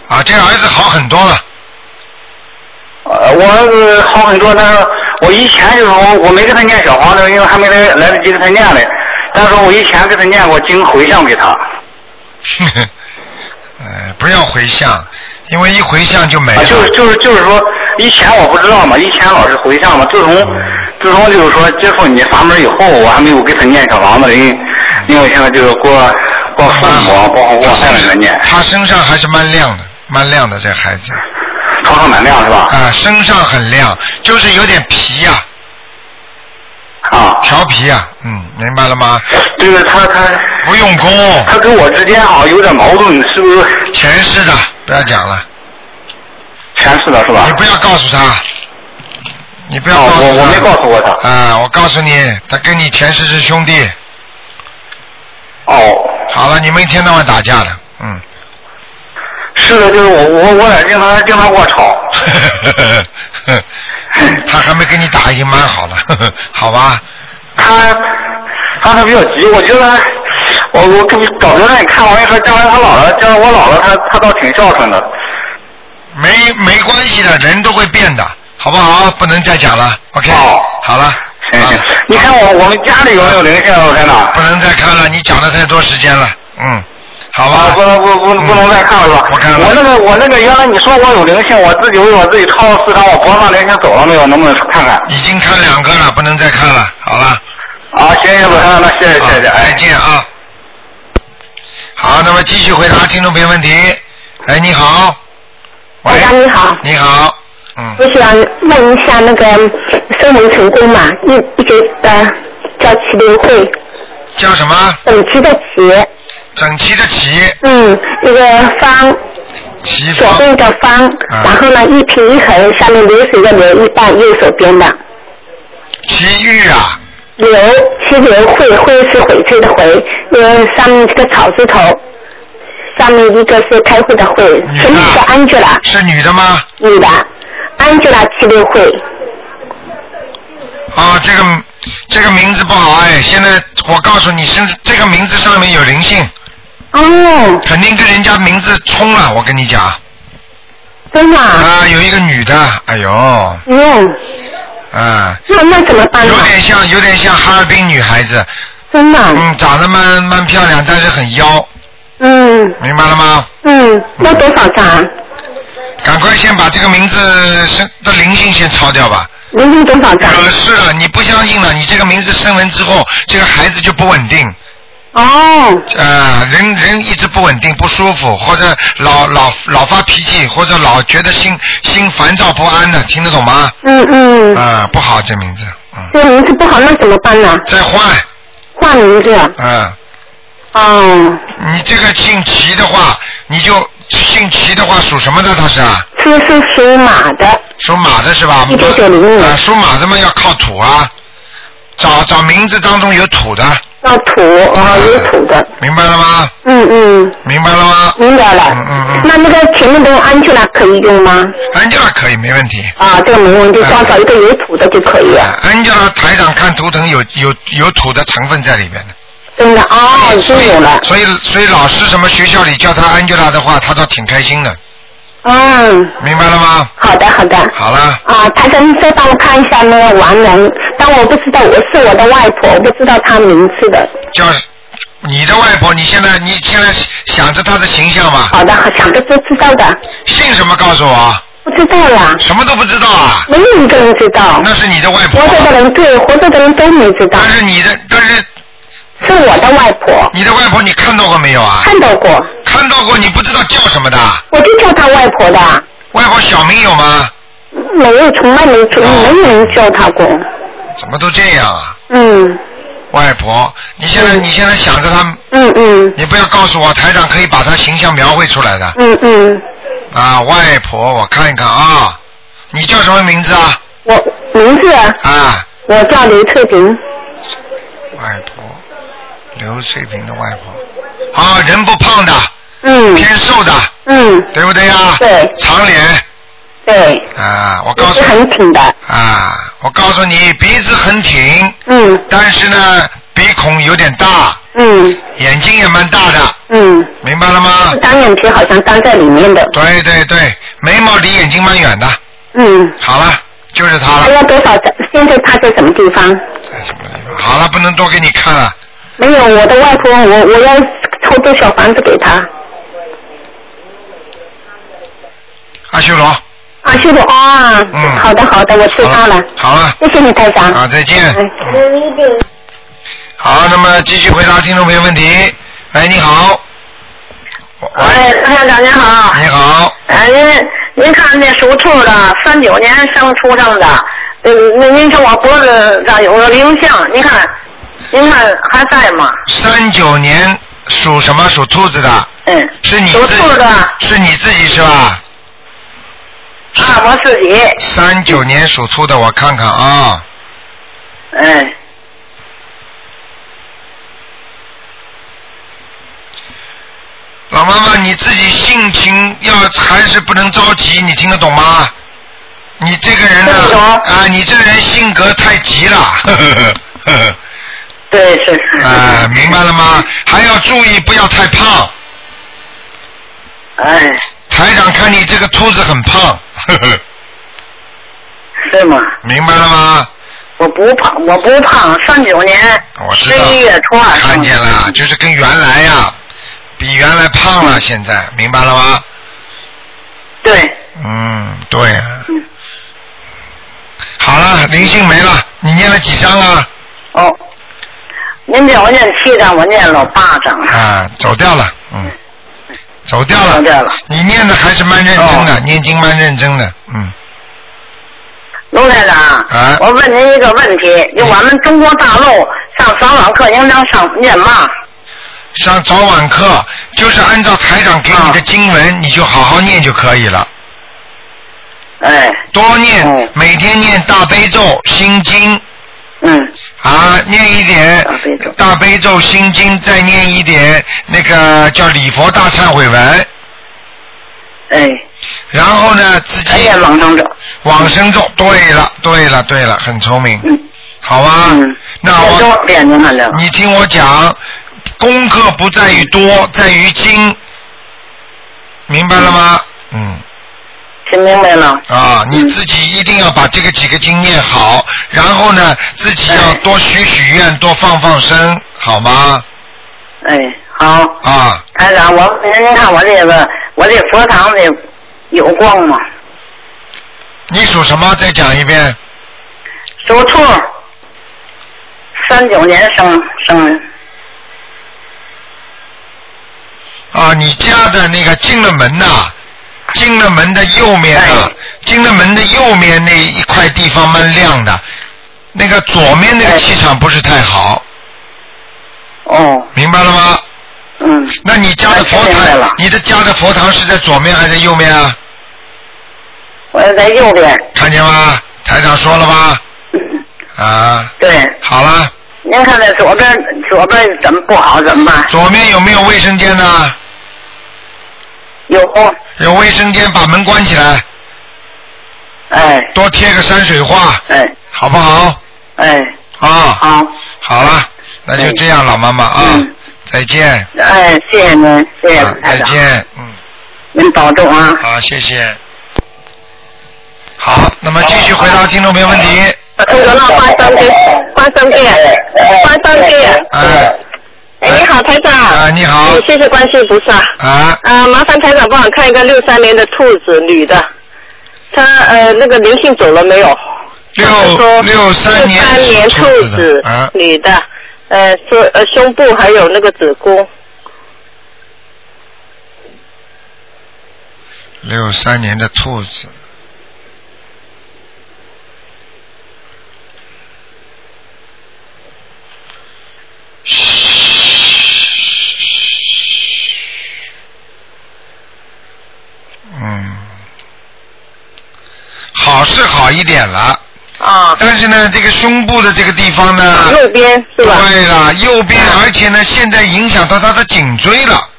A: 啊，这个儿子好很多了，
C: 呃，我儿子好很多，但是我以前就是我我没给他念小黄的，因为还没来来得及给他念嘞，但是我以前给他念过经回向给他，
A: 呃，不要回向，因为一回向就没了。
C: 啊，就是就是就是说，以前我不知道嘛，以前老是回向嘛，自从自从就是说接触你法门以后，我还没有给他念小房子，因为因为我现在就是过过父母啊，包括过爱人来念，
A: 他身上还是蛮亮的，蛮亮的这孩子
C: 啊头上满亮是吧
A: 啊、？身上很亮，就是有点皮呀、
C: 啊，
A: 调皮呀、嗯，明白了吗？
C: 这个他他
A: 不用功，
C: 他跟我之间好像有点矛盾，是不是
A: 前世的不要讲了，
C: 前世的是吧
A: 你？不要告诉他，你不要
C: 啊哦
A: 告诉他，
C: 我我没告诉过他
A: 啊、我告诉你，他跟你前世是兄弟。
C: 哦，
A: 好了，你们一天到晚打架的， 嗯，
C: 是的，就是我我我俩经常经常跟我吵，
A: 他还没跟你打已经蛮好了， 好吧？
C: 他他他比较急，我觉得我我跟找别人看，我跟你说，将来他老了，将来我老了，他他倒挺孝顺的。
A: 没没关系的，人都会变的，好不好？不能再讲了，OK，、
C: 哦
A: 好了，
C: 行
A: 好
C: 行
A: 了，
C: 你看我我们家里有没有灵啊性啊，老先
A: 不
C: 生？
A: 能再看了，你讲的太多时间了，嗯，好吧
C: 啊，，不能不不不能再看了是吧？
A: 不看了
C: 我那个我那个原来你说我有灵性，我自己为我自己抄了四张，我脖子上灵性走了没有？能不能看看？
A: 已经看两个了，不能再看了，好了，
C: 啊，谢谢老先生，那谢谢
A: 好
C: 谢谢，
A: 再
C: 哎。
A: 见啊。好，那么继续回答听众朋友问题。哎，你好，喂，
B: 大家你好，
A: 你好，嗯
B: 我，想问一下那个收容成功嘛，一一个呃叫麒麟会，
A: 叫什么？
B: 整齐的齐，
A: 整齐的齐，
B: 嗯，一个方，
A: 齐
B: 左
A: 方，
B: 边一个方，
A: 啊
B: 然后呢一平一横，下面流水的流一半，右手边的
A: 齐豫啊，
B: 流，麒麟会，会是翡翠的会，嗯，上面这个草字头，上面一个是开会的会，
A: 女
B: 前面是
A: 的，
B: Angela，
A: 是女的吗？
B: 女的，Angela 麒麟会，
A: 啊，这个这个名字不好哎！现在我告诉你，甚至这个名字上面有灵性，
B: 哦，
A: 肯定跟人家名字冲了。我跟你讲
B: 真的啊，
A: 啊，有一个女的，哎呦，
B: 嗯，
A: 啊，
B: 那那怎么办呢啊
A: 有？点像有点像哈尔滨女孩子，
B: 真的啊。
A: 嗯，长得蛮蛮漂亮，但是很妖，
B: 嗯
A: 明白了吗？
B: 嗯，要多少张啊？
A: 赶快先把这个名字身的灵性先抄掉吧。
B: 零零多少张？
A: 惹事了，你不相信了，你这个名字生完之后，这个孩子就不稳定。
B: 哦，
A: 呃，人人一直不稳定、不舒服，或者老老老发脾气，或者老觉得心心烦躁不安的，听得懂吗？
B: 嗯
A: 啊、
B: 嗯，
A: 不好这名字，嗯，
B: 这名字不好，那怎么办呢？
A: 再换，
B: 换名字。啊
A: 嗯、
B: 哦，
A: 你这个姓齐的话，你就姓齐的话属什么的？他是啊，
B: 这个是属马的，
A: 属马的是吧？
B: 1990
A: 啊、属马的嘛要靠土啊，找找名字当中有土的，
B: 嗯要土，啊、有土的。
A: 明白了吗？
B: 嗯嗯。
A: 明白了吗？
B: 明白了。
A: 嗯嗯嗯。
B: 那那个前面的安吉拉可以用吗？
A: 安吉拉可以，没问题。
B: 啊，这个没问题，
A: 哎
B: 光找一个有土的就可以了。
A: 安吉拉台长看图腾有有有土的成分在里边的。
B: 真的啊，已经有了。
A: 所以所以老师什么学校里叫他 Angela 的话，他倒挺开心的，
B: 嗯，
A: 明白了吗？
B: 好的好的。
A: 好了，
B: 啊，台长，你再帮我看一下那个亡人，但我不知道我是我的外婆，我不知道她名字的。
A: 叫你的外婆，你现在你现在想着她的形象吗？
B: 好的，想的都知道的，
A: 姓什么？告诉我，
B: 不知道啦，
A: 什么都不知道啊？
B: 没有一个人知道。
A: 那是你的外婆
B: 活，着的人对，活着的人都没知道，
A: 但是你的但是
B: 是我的外婆，
A: 你的外婆你看到过没有啊？
B: 看到过，
A: 看到过，你不知道叫什么的？
B: 我就叫她外婆的，
A: 外婆小名有吗？
B: 没有，从来没听，
A: 哦
B: 没有人叫她过。
A: 怎么都这样啊？
B: 嗯
A: 外婆，你现在你现在想着她，
B: 嗯嗯
A: 你不要告诉我台长可以把她形象描绘出来的。
B: 嗯嗯，
A: 啊，外婆，我看一看啊，你叫什么名字啊？
B: 我名字啊
A: 啊，
B: 我叫刘翠萍，
A: 外婆，刘翠萍的外婆，啊，人不胖的，
B: 嗯
A: 偏瘦的，
B: 嗯，
A: 对不对呀、
B: 对
A: 长脸
B: 对，
A: 啊，我
B: 也
A: 告诉
B: 是很挺的，
A: 啊，我告诉你，鼻子很挺，
B: 嗯
A: 但是呢，鼻孔有点大，
B: 嗯
A: 眼睛也蛮大的，
B: 嗯，
A: 明白了吗？
B: 单眼皮好像粘在里面的，
A: 对对对，眉毛离眼睛蛮远的。
B: 嗯，
A: 好了，就是他
B: 还
A: 了。
B: 要多少张？现在她在什么地方？
A: 在什么地方？好了，不能多给你看了。
B: 没有，我的外婆，我我要抽多少房子给她？
A: 阿修罗，
B: 啊，谢谢啊，
A: 嗯
B: 好的好的，我知道
A: 好
B: 了，
A: 好了，
B: 谢谢你台长。
A: 好，再见。
B: 哎
A: 好，那么继续回答听众朋友问题。哎，你好。喂，
B: 哎，台长您好
A: 你好，
B: 哎，您您看那属兔的，三九年生出生的，嗯，那您看我脖子上有个灵性，您看，您看还在吗？
A: 三九年属什么？属兔子的，
B: 嗯，
A: 是你
B: 属
A: 自
B: 兔的啊，
A: 是你自己是吧？啊
B: 我自己，
A: 三九年属兔的，我看看啊，
B: 嗯，
A: 老妈妈，你自己性情要还是不能着急，你听得懂吗？你这个人
B: 听得
A: 呢，
B: 懂
A: 啊，你这个人性格太急了。
B: 对是。
A: 啊，明白了吗？还要注意不要太胖。
B: 哎，
A: 台长看你这个兔子很胖，
B: 是吗？
A: 明白了吗？
B: 我不胖，我不胖，三九年
A: 我知
B: 十
A: 道。
B: 一月初二
A: 看
B: 生
A: 见
B: 的。
A: 了，就是跟原来呀、比原来胖
B: 嗯
A: 了，现在明白了吗？
B: 对，
A: 嗯，对啊
B: 嗯。
A: 好了，灵性没了，你念了几张啊？
B: 哦，您叫我念七张，我念了八张。
A: 啊，走掉了，嗯，走掉了。
B: 走掉了哦
A: 你念的还是蛮认真的，念经蛮认真的，嗯。
B: 卢台长，
A: 啊嗯
B: 我问您一个问题，就我们中国大陆上早晚课应当上念嘛？
A: 上早晚课就是按照台长给你的
B: 啊
A: 经文，你就好好念就可以了。
B: 哎，
A: 多念，
B: 嗯
A: 每天念大悲咒、心经
B: 嗯，
A: 啊，念一点
B: 大悲咒
A: 大悲咒、心经，再念一点那个叫礼佛大忏悔文，
B: 哎，
A: 然后呢自己
B: 哎呀，往上走，
A: 往生咒。对了，对了，对了，很聪明，
B: 嗯
A: 好吧？
B: 嗯，
A: 那
B: 我
A: 我
B: 多练您看了，
A: 你听我讲，功课不在于多，在于精，明白了吗？嗯。
B: 听明白了？
A: 啊，你
B: 嗯
A: 自己一定要把这个几个经念好，然后呢，自己要
B: 哎
A: 多许许愿，多放放生，好吗？
B: 哎，好，
A: 啊，
B: 台长，我您您看我这个我这佛堂里有光吗？
A: 你属什么？再讲一遍。
B: 属兔，三九年生生人，
A: 啊，你家的那个进了门呐、进了门的右面啊
B: 哎，
A: 进了门的右面那一块地方蛮亮的，那个左面那个
B: 哎
A: 气场不是太好，
B: 哦，
A: 明白了吗？
B: 嗯，
A: 那你家的佛
B: 哎明白
A: 堂
B: 了，
A: 你的家的佛堂是在左面还是右面啊？
B: 我在右边，
A: 看见吗？台长说了吧？
B: 嗯，
A: 啊，
B: 对，
A: 好了，
B: 您看这左边左边怎么不好怎么办？
A: 左面有没有卫生间呢？
B: 有。
A: 有卫生间，把门关起来。
B: 哎。
A: 多贴个山水画。
B: 哎。
A: 好不好？
B: 哎。
A: 啊。
B: 好。嗯
A: 好了，那就这样，老妈妈啊，
C: 嗯
A: 再见。
B: 哎，谢谢您，谢谢
A: 啊
B: 台
A: 再
B: 长，
A: 见，嗯。
B: 您保重啊。
A: 好，谢谢。好，那么继续回答听众朋友问题。
C: 那个
F: 哎
C: 那花生给花生给花生给。
A: 哎。
C: 哎，你好，台长。啊，
A: 你好。
C: 谢谢关心菩萨。
A: 啊。
C: 啊，麻烦台长帮我看一个六三年的兔子，女的，她呃那个灵性走了没有？
A: 六
C: 六
A: 三年
C: 三年兔子，
A: 啊
C: 女的，呃，说呃胸部还有那个子宫，
A: 六三年的兔子。嗯，好是好一点了。
C: 啊。
A: 但是呢，这个胸部的这个地方呢，
C: 右边是吧？
A: 对了，右边，而且呢，现在影响到他的颈椎了。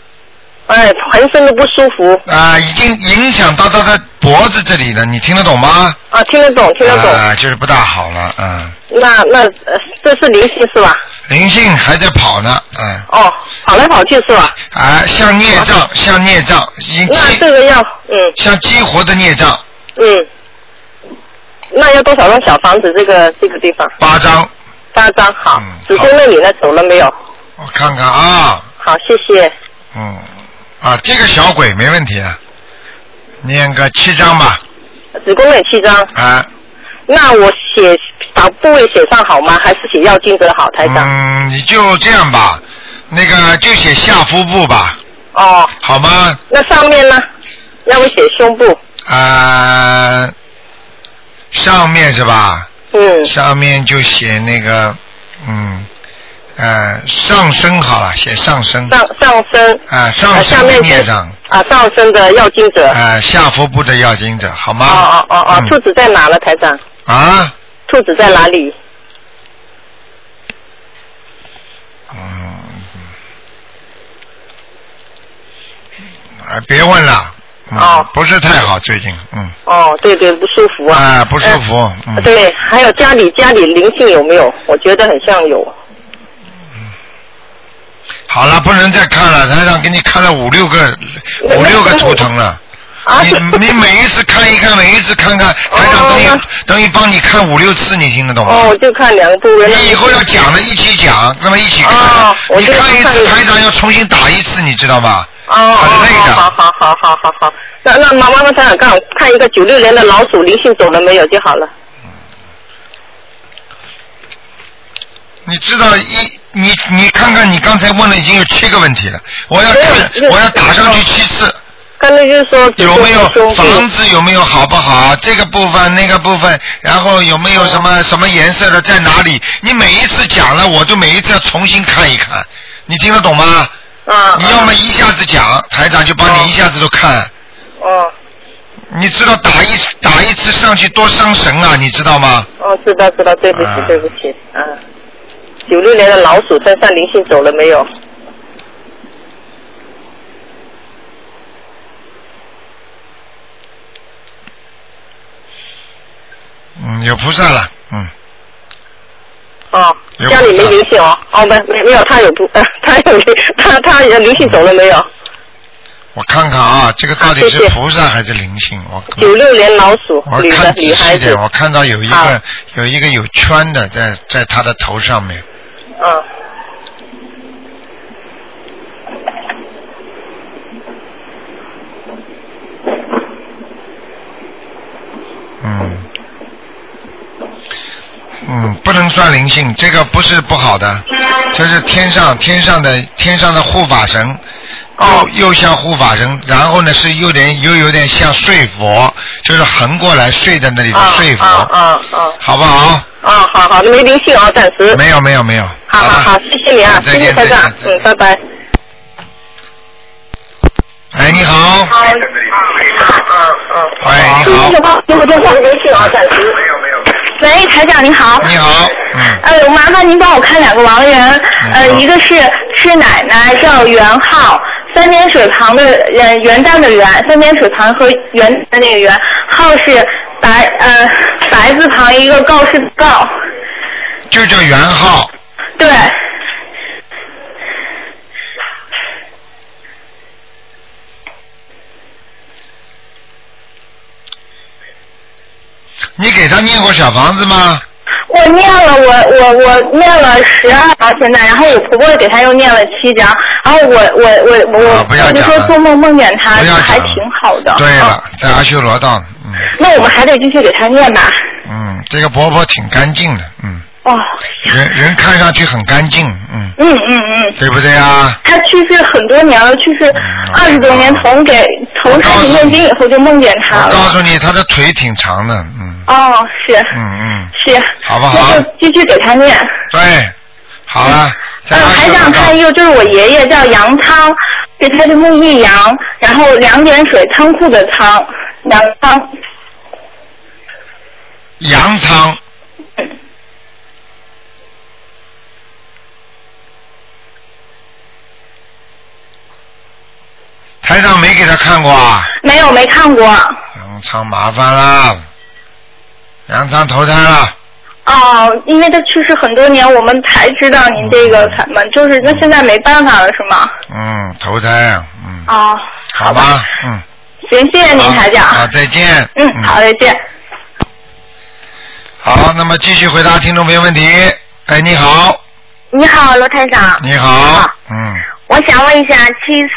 C: 哎，浑身都不舒服。
A: 啊，已经影响到他的脖子这里了，你听得懂吗？
C: 啊，听得懂，听得懂。
A: 啊，就是不大好了，嗯，
C: 那那呃这是灵性是吧？
A: 灵性还在跑呢，嗯，
C: 哦，跑来跑去 是吧？
A: 啊，像孽障，像孽障，已经
C: 那这个要嗯，
A: 像激活的孽障，
C: 嗯，那要多少张小房子？这个这个地方
A: 八张，
C: 八张好。
A: 嗯
C: 子宫那里呢？走了没有？
A: 我看看啊，
C: 好，谢谢。
A: 嗯，啊，这个小鬼没问题啊，念个七张吧，
C: 子宫有七张，
A: 啊，
C: 那我写把部位写上好吗？还是写药精者好？台长。
A: 嗯，你就这样吧，那个就写下腹部吧，
C: 哦，
A: 好吗？
C: 那上面
B: 嗯
C: 呢？要我写胸部。
A: 啊，上面是吧？
C: 嗯。
A: 上面就写那个，嗯，呃，上升好了，写上升。
C: 上上身。
A: 啊，上
C: 啊
A: 升
C: 下
A: 的
C: 面
A: 孽
C: 是
A: 障。
C: 啊，上身的药精者。
A: 啊，下腹部的要经者，好吗？
C: 哦哦哦，
A: 嗯
C: 兔子在哪了，台长？
A: 啊，
C: 兔子在哪里？
A: 嗯啊别问了。嗯、
C: 哦
A: 不是太好，最近，嗯，
C: 哦，对对，不舒服啊。呃
A: 啊，不舒服，嗯，
C: 对，还有家里家里灵性有没有？我觉得很像有。
A: 哦好了，不能再看了，台长给你看了五六个，五六个图腾了。你你每一次看一看，每一次看看，台长等于、等于帮你看五六次，你听得懂吗？
C: 哦，我就看两个部位。
A: 你以后要讲的一起讲，那么一起看。你看一次台长要重新打一次，你知道吗？
C: 哦哦，好好好好好好，那那妈妈妈想想看，看一个九六年的老鼠灵性走了没有就好了。
A: 你知道一你你看看你刚才问了已经有七个问题了，我要看我要打上去七次。
C: 刚才就是说
A: 有没有房子有没有好不好？这个部分那个部分，然后有没有
C: 哦
A: 什么什么颜色的在哪里？你每一次讲了，我就每一次要重新看一看，你听得懂吗？
C: 啊。
A: 你要么一下子讲，台长就帮你一下子都看。
C: 哦。
A: 你知道打一打一次上去多伤神啊，你知道吗？
C: 哦，知道知道，对不起
A: 啊
C: 对不起，啊，九六年的老鼠身上灵性走了没有？
A: 嗯，有菩萨了，嗯，
C: 哦，
A: 有
C: 家里没灵性哦，哦没没没有，他有不，呃 他有灵他他有灵性走了没有？
A: 我看看啊，这个到底
C: 好谢
A: 是
C: 谢
A: 菩萨还是灵性？我
C: 九六年老鼠
A: 我
C: 女的
A: 看
C: 女
A: 仔细
C: 孩
A: 一
C: 子啊
A: 点，，我看到有一
C: 好
A: 个有一个有圈的在在他的头上面。
C: 嗯。
A: 嗯，嗯，不能算灵性，这个不是不好的，这是天上天上的天上的护法神，
C: 哦
A: 又又像护法神，然后呢是有点又有点像睡佛，就是横过来睡在那里的睡佛，
C: 嗯嗯，
A: 好不好？
C: 啊好好，没灵性哦，暂时。
A: 没有没有没有，
C: 好好好，谢谢你啊，
A: 再
C: 谢谢
A: 见
C: 台长
A: 再，
C: 嗯，拜拜。
A: 哎，你好。
C: 嗯
A: 哎喂，你好。
C: 我多少灵性啊，暂时。
G: 喂，台长你好。
A: 你好。嗯
G: 呃，麻烦您帮我看两个亡人，呃，一个是是奶奶叫袁浩，三点水旁的呃元旦的元，三点水旁和元旦的那个元，浩是白呃白字旁一个告是告，
A: 就叫袁浩，
G: 对，
A: 你给他念过小房子吗？
G: 我念了我我我念了十二张现在，然后我婆婆给她又念了七张，然后我我我
A: 啊
G: 我、我就说做梦梦见她，啊还挺好的。哦
A: 对了，在阿修罗道呢，
G: 那我们还得继续给她念吧。
A: 嗯，这个婆婆挺干净的，嗯，
G: 哦，
A: 人人看上去很干净，嗯，
G: 嗯嗯嗯。
A: 对不对啊？
G: 她去世很多年了，去世
A: 嗯
G: 二十多年，从给从开始念经以后就梦见她
A: 告
G: 了。
A: 诉你，她的腿挺长的，嗯
G: 哦，是
A: 嗯嗯，
G: 是，
A: 好不好
G: 那？就继续给她念。
A: 对，好了，
G: 嗯，还想看一个，就是我爷爷叫杨仓，对，他是木易杨，然后两点水仓库的仓，杨仓。
A: 杨仓。台上没给他看过啊，
G: 没有，没看过。
A: 杨仓麻烦啦，杨仓投胎了，
G: 哦，因为他去世很多年，我们才知道您这个才嘛，就是那现在没办法了是吗？
A: 嗯，投胎啊，嗯，
G: 哦，
A: 好吧，嗯，
G: 行，谢谢您台长。
A: 好，再见，
G: 嗯，好，再见。
A: 好，那么继续回答听众朋友问题。哎，你好，
F: 你好，罗台长。
A: 你好，嗯，
F: 我想问一下，七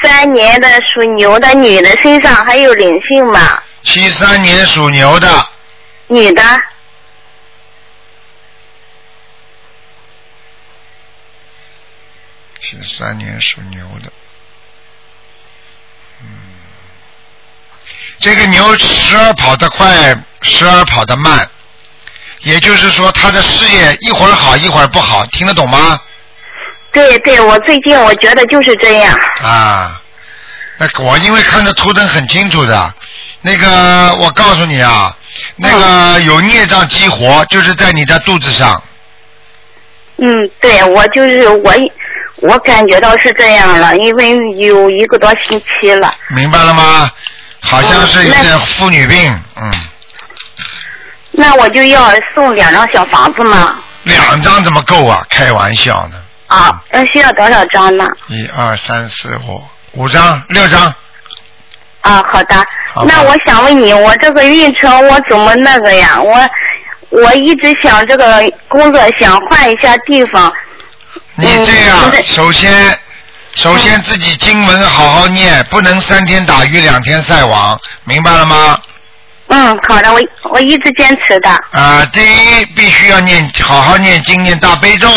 F: 三年的属牛的女的身上还有灵性吗？
A: 七三年属牛的，
F: 女的，
A: 七三年属牛的，嗯，这个牛时而跑得快，时而跑得慢，也就是说，它的事业一会儿好，一会儿不好，听得懂吗？
F: 对对，我最近我觉得就是这样。
A: 啊，那个我因为看的图腾很清楚的，那个我告诉你啊，那个有孽障激活，就是在你的肚子上，
F: 嗯，对，我就是我，我感觉到是这样了，因为有一个多星期了。
A: 明白了吗？好像是有点妇女病，嗯，
F: 那我就要送两张小房子嘛，
A: 两张怎么够啊？开玩笑呢，
F: 啊，那需要多少张呢？
A: 一二三四五五张六张，
F: 啊，好的。
A: 好吧
F: 那我想问你，我这个运程我怎么那个呀？我我一直想这个工作，想换一下地方。
A: 你这
F: 嗯
A: 样，首先首先自己经文好好念，不能三天打鱼两天晒网，明白了吗？
F: 嗯，好的，我我一直坚持的。
A: 啊，第一必须要念，好好念经，念大悲咒。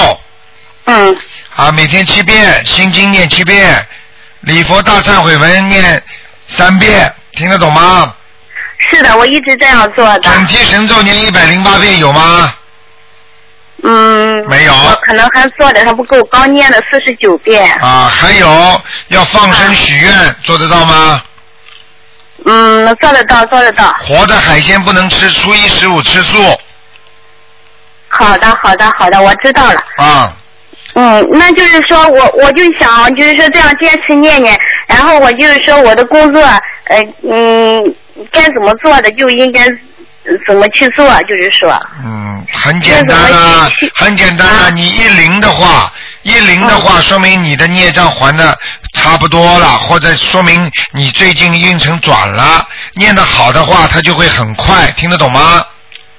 F: 嗯。
A: 啊，每天七遍，心经念七遍，礼佛大忏悔文念三遍，听得懂吗？
F: 是的，我一直这样做的。
A: 准提神咒念一百零八遍有吗？
F: 嗯。
A: 没有
F: 我可能还做的还不够，刚念了四十九遍。
A: 啊，还有要放生许愿，做得到吗？
F: 嗯，做得到，做得到。
A: 活的海鲜不能吃，初一十五吃素
F: 好的，好的，好的，我知道了。
A: 啊。
F: 嗯，那就是说我我就想就是说这样坚持念念，然后我就是说我的工作呃嗯该怎么做的就应该怎么去做，就是说
A: 嗯，很简单啊，很简单啊。你一零的话，一零的
F: 啊
A: 话，说明你的孽障还的差不多了，或者说明你最近运程转了。念的好的话，它就会很快，听得懂吗？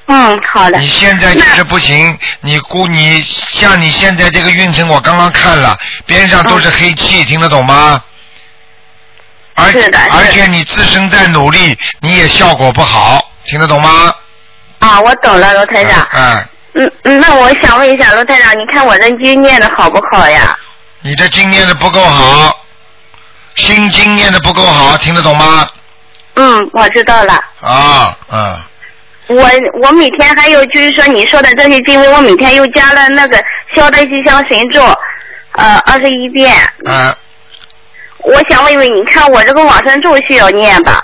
F: 嗯，好的。
A: 你现在就是不行，你估你像你现在这个运程，我刚刚看了，边上都是黑气，
F: 嗯
A: 听得懂吗？而且而且你自身在努力，你也效果不好，听得懂吗？
F: 啊，我懂了，罗台长。
A: 嗯，
F: 嗯，嗯那我想问一下罗台长，你看我这经念的好不好呀？
A: 你的经念的不够好，心经念的不够好，听得懂吗？
F: 嗯，我知道了。
A: 啊，嗯，
F: 我我每天还有就是说你说的这些经文，我每天又加了那个消灾吉祥神咒，呃，二十一遍。
A: 啊，
F: 我想问问，你看我这个往生咒需要念吧？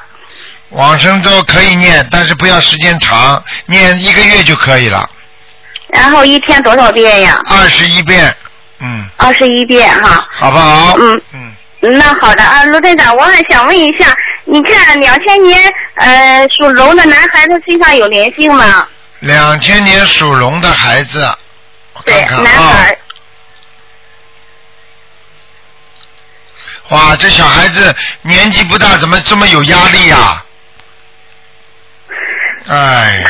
A: 往生咒可以念，但是不要时间长，念一个月就可以了，
F: 然后一天多少遍呀？
A: 二十一遍，嗯，
F: 二十一遍哈。
A: 好不好？
F: 嗯那好的啊，卢队长，我还想问一下，你看两千年呃属龙的男孩子身上有灵性吗？
A: 两千年属龙的孩子，我看看啊、哇，这小孩子年纪不大，怎么这么有压力呀、啊哎，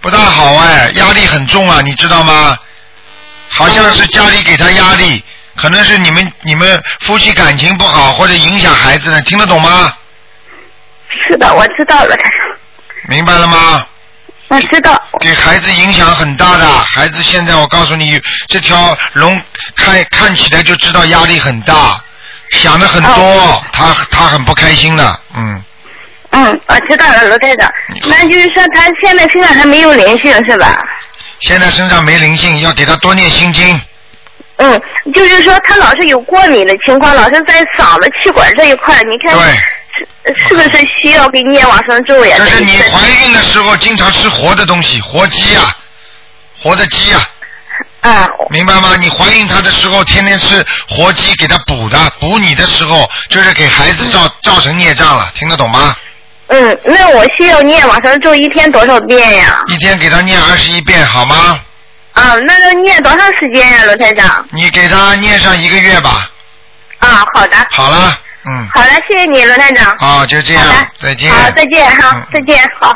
A: 不大好哎，压力很重啊，你知道吗？好像是家里给他压力，可能是你们你们夫妻感情不好，或者影响孩子呢，听得懂吗？
F: 是的，我知道了。
A: 明白了吗？
F: 我知道。
A: 给孩子影响很大的，孩子现在我告诉你，这条龙看看起来就知道压力很大，想的很多，
F: 哦
A: 他他很不开心的，嗯，
F: 嗯，我知道了，卢队长。那就是说他现在身上还没有灵性是吧？
A: 现在身上没灵性，要给他多念心经，
F: 嗯，就是说他老是有过敏的情况，老是在嗓子气管这一块，你看是是不是需要给念往生咒呀？
A: 就是你怀孕的时候经常吃活的东西，活鸡啊，活的鸡啊。
F: 啊。
A: 明白吗？你怀孕她的时候，天天吃活鸡给她补的，补你的时候就是给孩子造造成孽障了，听得懂吗？
F: 嗯，那我需要念往生咒一天多少遍呀？
A: 一天给她念二十一遍好吗？
F: 啊，那要念多长时间呀，罗台长？
A: 你给她念上一个月吧。
F: 啊，好的，
A: 好了，嗯，
F: 好的，谢谢你，罗台长。
A: 啊，就这样，再见。嗯
F: 好，再见哈，再见，好。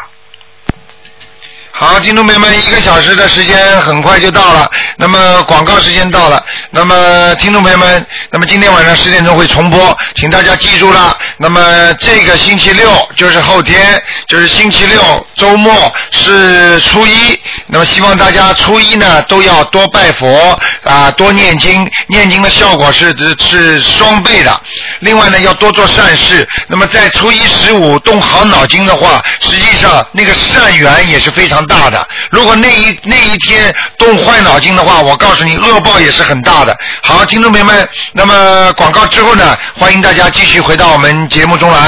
A: 好，听众朋友们，一个小时的时间很快就到了，那么广告时间到了，那么听众朋友们，那么今天晚上十点钟会重播，请大家记住了。那么这个星期六就是后天，就是星期六周末是初一，那么希望大家初一呢都要多拜佛啊，多念经，念经的效果是是双倍的。另外呢，要多做善事。那么在初一十五动好脑筋的话，实际上那个善缘也是非常大的。如果那一那一天动坏脑筋的话，我告诉你，恶报也是很大的。好，听众朋友们，那么广告之后呢，欢迎大家继续回到我们节目中来。